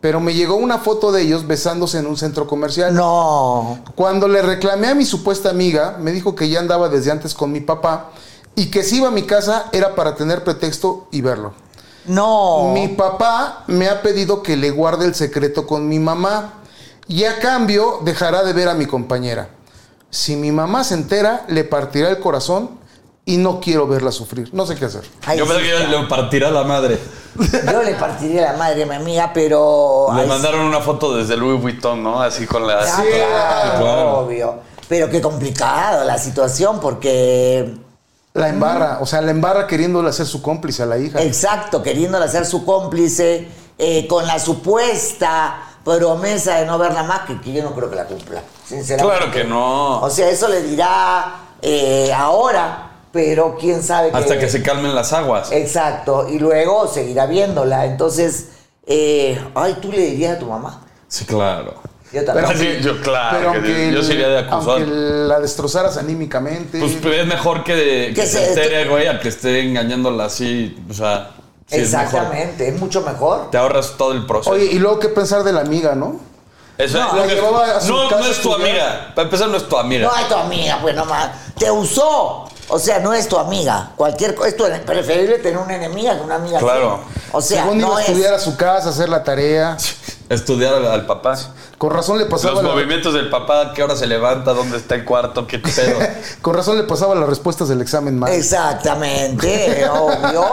S4: Pero me llegó una foto de ellos besándose en un centro comercial.
S2: No.
S4: Cuando le reclamé a mi supuesta amiga, me dijo que ya andaba desde antes con mi papá y que si iba a mi casa era para tener pretexto y verlo.
S2: No.
S4: Mi papá me ha pedido que le guarde el secreto con mi mamá y a cambio dejará de ver a mi compañera. Si mi mamá se entera, le partirá el corazón y no quiero verla sufrir. No sé qué hacer.
S3: Yo pensé que le partirá la madre.
S2: Yo le partiría la madre a mi amiga, pero.
S3: Le
S2: Oh, ay,
S3: mandaron una foto desde Louis Vuitton, ¿no? Así con la.
S2: Ah, claro, obvio. Pero qué complicado la situación, porque.
S4: La embarra, o sea, la embarra queriéndole hacer su cómplice a la hija.
S2: Exacto, queriéndola ser su cómplice, eh, con la supuesta promesa de no verla más, que, que yo no creo que la cumpla, sinceramente.
S3: Claro que no.
S2: O sea, eso le dirá eh, ahora, pero quién sabe
S3: Hasta que se calmen las
S2: Eh.
S3: aguas.
S2: Exacto, y luego seguirá viéndola. Entonces, eh, ay, tú le dirías a tu mamá.
S3: Sí, claro.
S2: Yo también.
S3: (laughs) Sí, yo, claro.
S4: Pero
S3: que
S4: aunque,
S3: yo
S4: el-
S3: sería de acusar.
S4: aunque la destrozaras anímicamente.
S3: Pues es mejor que, que
S2: Que
S3: se
S2: se-
S3: entere, güey, al que esté engañándola así. O sea, sí es mejor.
S2: Exactamente, es, mucho mejor.
S3: Te ahorras todo el proceso.
S4: Oye, y luego qué pensar de la amiga, ¿no?
S3: Eso
S4: No,
S3: es
S4: la
S3: lo que-
S4: llevaba a su
S3: no,
S4: casa
S3: no
S4: a
S3: es tu
S4: estudiar.
S3: amiga. Para empezar, no es tu amiga.
S2: No es tu amiga, pues nomás. Te usó. O sea, no es tu amiga. Cualquier cosa. Es tu- preferible tener una enemiga que una amiga.
S3: Claro.
S2: así. O sea,
S4: Según
S2: no
S4: iba a
S2: es.
S4: estudiar a su casa, a hacer la tarea.
S3: Estudiar al, al papá.
S4: Con razón le pasaba
S3: Los
S4: la-
S3: movimientos del papá, qué hora se levanta, dónde está el cuarto, qué
S4: (laughs)
S3: pedo.
S4: con razón le pasaba las respuestas del examen mal. (laughs)
S2: Exactamente, obvio.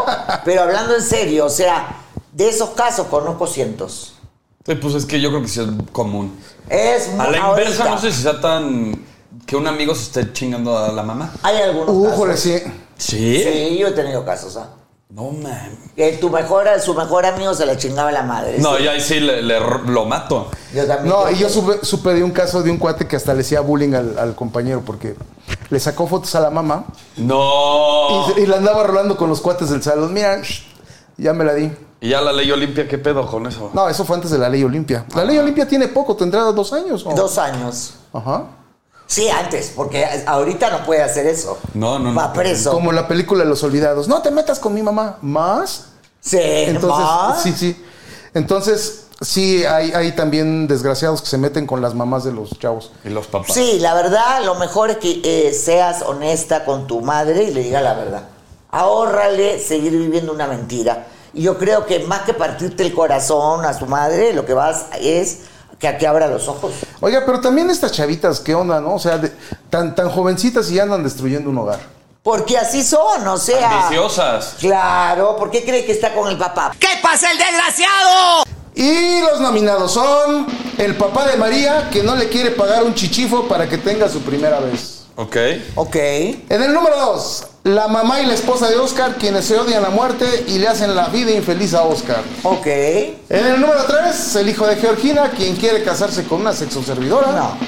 S2: Pero hablando en serio, o sea, de esos casos conozco cientos.
S3: Sí, pues es que yo creo que sí es común.
S2: Es muy
S3: A la
S2: ahorita,
S3: inversa, no sé si sea tan. que un amigo se esté chingando a la mamá.
S2: Hay algunos
S4: Újole,
S2: casos.
S4: sí.
S3: Sí.
S2: Sí, yo he tenido casos, ¿ah?
S3: No, man.
S2: Que tu mejor, su mejor amigo se la chingaba la madre.
S3: No,
S2: Sí,
S3: yo ahí sí le, le r- lo mato.
S2: yo también.
S4: No,
S2: creo
S4: y yo
S2: que-
S4: supe, supe de un caso de un cuate que hasta le hacía bullying al, al compañero porque le sacó fotos a la mamá
S3: No.
S4: y, y la andaba rolando con los cuates del salón. Mira, shh, ya me la di.
S3: Y ya la ley Olimpia, ¿qué pedo con eso?
S4: No, eso fue antes de la ley Olimpia. La
S3: Ah.
S4: ley Olimpia tiene poco, tendrá dos años. ¿o?
S2: Dos años.
S4: Ajá.
S2: Sí, antes, porque ahorita no puede hacer eso.
S3: No, no, no.
S2: Va preso.
S4: Como la película Los Olvidados. No te metas con mi mamá. Más.
S2: Sí,
S4: Entonces,
S2: ma.
S4: sí, sí. Entonces, sí, hay, hay también desgraciados que se meten con las mamás de los chavos.
S3: Y los papás.
S2: Sí, la verdad, lo mejor es que eh, seas honesta con tu madre y le digas la verdad. Ahórrale seguir viviendo una mentira. Y yo creo que más que partirte el corazón a su madre, lo que vas es que a que abra los ojos.
S4: Oiga, pero también estas chavitas, ¿qué onda, no? O sea, de- tan, tan jovencitas y ya andan destruyendo un hogar.
S2: Porque así son, o sea.
S3: Ambiciosas.
S2: Claro, ¿por qué cree que está con el papá?
S5: ¿Qué pasa el desgraciado?
S4: Y los nominados son el papá de María, que no le quiere pagar un chichifo para que tenga su primera vez.
S3: Ok.
S2: Ok.
S4: En el número 2, la mamá y la esposa de Oscar, quienes se odian a muerte y le hacen la vida infeliz a Oscar.
S2: Ok.
S4: En el número 3, el hijo de Georgina, quien quiere casarse con una sexoservidora.
S2: No.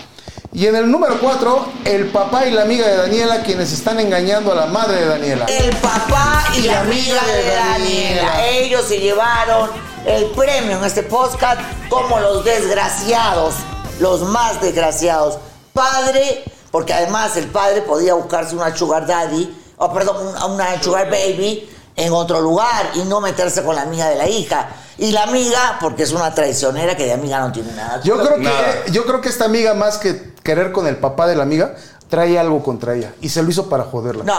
S4: Y en el número 4, el papá y la amiga de Daniela, quienes están engañando a la madre de Daniela.
S2: El papá y la amiga de Daniela. Ellos se llevaron el premio en este podcast como los desgraciados, los más desgraciados. Padre, porque además el padre podía buscarse una sugar daddy, o perdón, un- una sugar baby en otro lugar y no meterse con la amiga de la hija. Y la amiga, porque es una traicionera que de amiga no tiene nada.
S4: Yo creo,
S3: Nada.
S4: que, yo creo que esta amiga, más que querer con el papá de la amiga, trae algo contra ella. Y se lo hizo para joderla.
S2: No.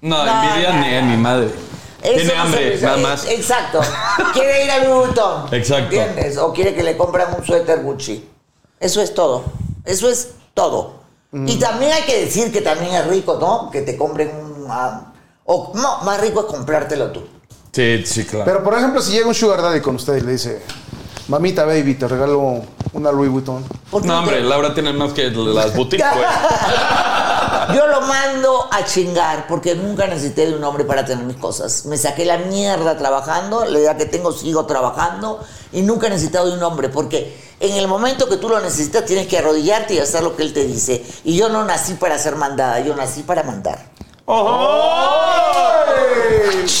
S3: No,
S2: No,
S3: envidia
S2: no,
S3: ni
S2: no.
S3: ni madre.
S2: Eso
S3: Tiene
S2: no
S3: hambre,
S2: se-
S3: nada
S2: eh,
S3: más. (laughs)
S2: Exacto. Quiere ir a Louis Vuitton.
S3: Exacto.
S2: ¿Entiendes? O quiere que le compren un suéter Gucci. Eso es todo. Eso es todo.
S3: Mm.
S2: Y también hay que decir que también es rico, ¿no? Que te compren un... ah, o, no, más rico es comprártelo tú.
S3: Sí, sí, claro.
S4: Pero, por ejemplo, si llega un sugar daddy con usted y le dice, mamita, baby, te regalo una Louis Vuitton.
S2: ¿Por qué
S3: no,
S2: te-
S3: hombre, Laura tiene más que las pues. boutiques, güey.
S2: (laughs) Yo lo mando a chingar porque nunca necesité de un hombre para tener mis cosas. Me saqué la mierda trabajando, la edad que tengo sigo trabajando y nunca he necesitado de un hombre porque en el momento que tú lo necesitas tienes que arrodillarte y hacer lo que él te dice. Y yo no nací para ser mandada, yo nací para mandar.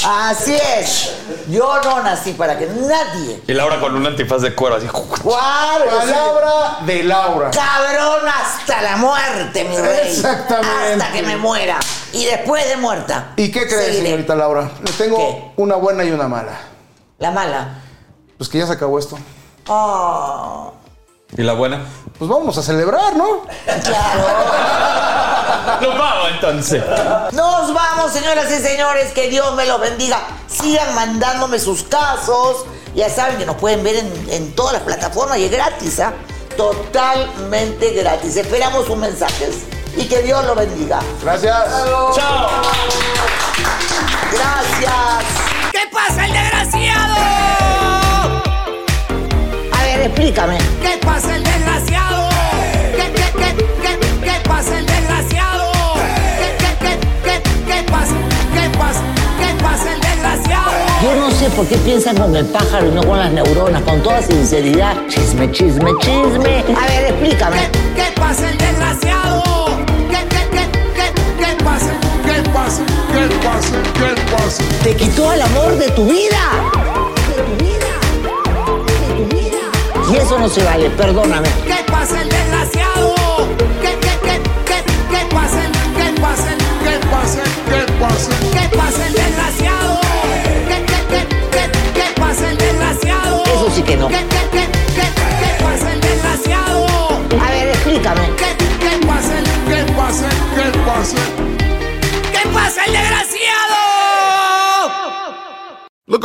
S2: Así es, yo no nací para que nadie...
S3: Y Laura con un antifaz de cuero así. (laughs)
S2: Claro, o sea,
S4: Palabra de Laura.
S2: Cabrón hasta la muerte, mi rey.
S4: Exactamente.
S2: Hasta que me muera. Y después de muerta.
S4: ¿Y qué crees,
S2: seguiré.
S4: señorita Laura? Le tengo
S2: ¿Qué?
S4: una buena y una mala.
S2: La mala.
S4: Pues que ya se acabó esto.
S2: Ah,
S3: ¿Y la buena?
S4: Pues vamos a celebrar, ¿no?
S3: Lo pago Ah, entonces.
S2: Nos vamos, señoras y señores. Que Dios me los bendiga. Sigan mandándome sus casos. Ya saben que nos pueden ver en, en todas las plataformas y es gratis, ¿ah? Totalmente gratis. Esperamos sus mensajes y que Dios los bendiga.
S4: Gracias.
S3: Chao.
S2: Gracias.
S5: ¿Qué pasa el desgraciado?
S2: A ver, explícame.
S5: ¿Qué pasa el desgraciado? ¿Qué, qué, qué, qué, qué pasa el desgraciado? ¿Qué, qué, qué, qué, qué pasa? ¿Qué pasa? ¿Qué pasa el desgraciado?
S2: Yo no sé por qué piensan con el pájaro y no con las neuronas, con toda sinceridad. Chisme, chisme, chisme. A ver, explícame.
S5: ¿Qué pasa el desgraciado? ¿Qué, qué, qué, qué, qué pasa? ¿Qué pasa? ¿Qué pasa? ¿Qué pasa?
S2: ¿Te quitó el amor de tu vida? De tu vida. De tu vida. Y eso no se vale, perdóname.
S5: ¿Qué pasa el desgraciado? ¿Qué, qué, qué, qué, qué pasa? ¿Qué pasa? ¿Qué pasa? ¿Qué pasa? ¿Qué pasa el desgraciado? ¿Qué, qué, qué, qué, qué pasa el desgraciado?
S2: Eso sí que no.
S5: ¿Qué, qué, qué, qué, qué pasa el desgraciado?
S2: A ver, explícame.
S5: ¿Qué, qué pasa? ¿Qué pasa? ¿Qué pasa? ¿Qué pasa el desgraciado?
S9: Look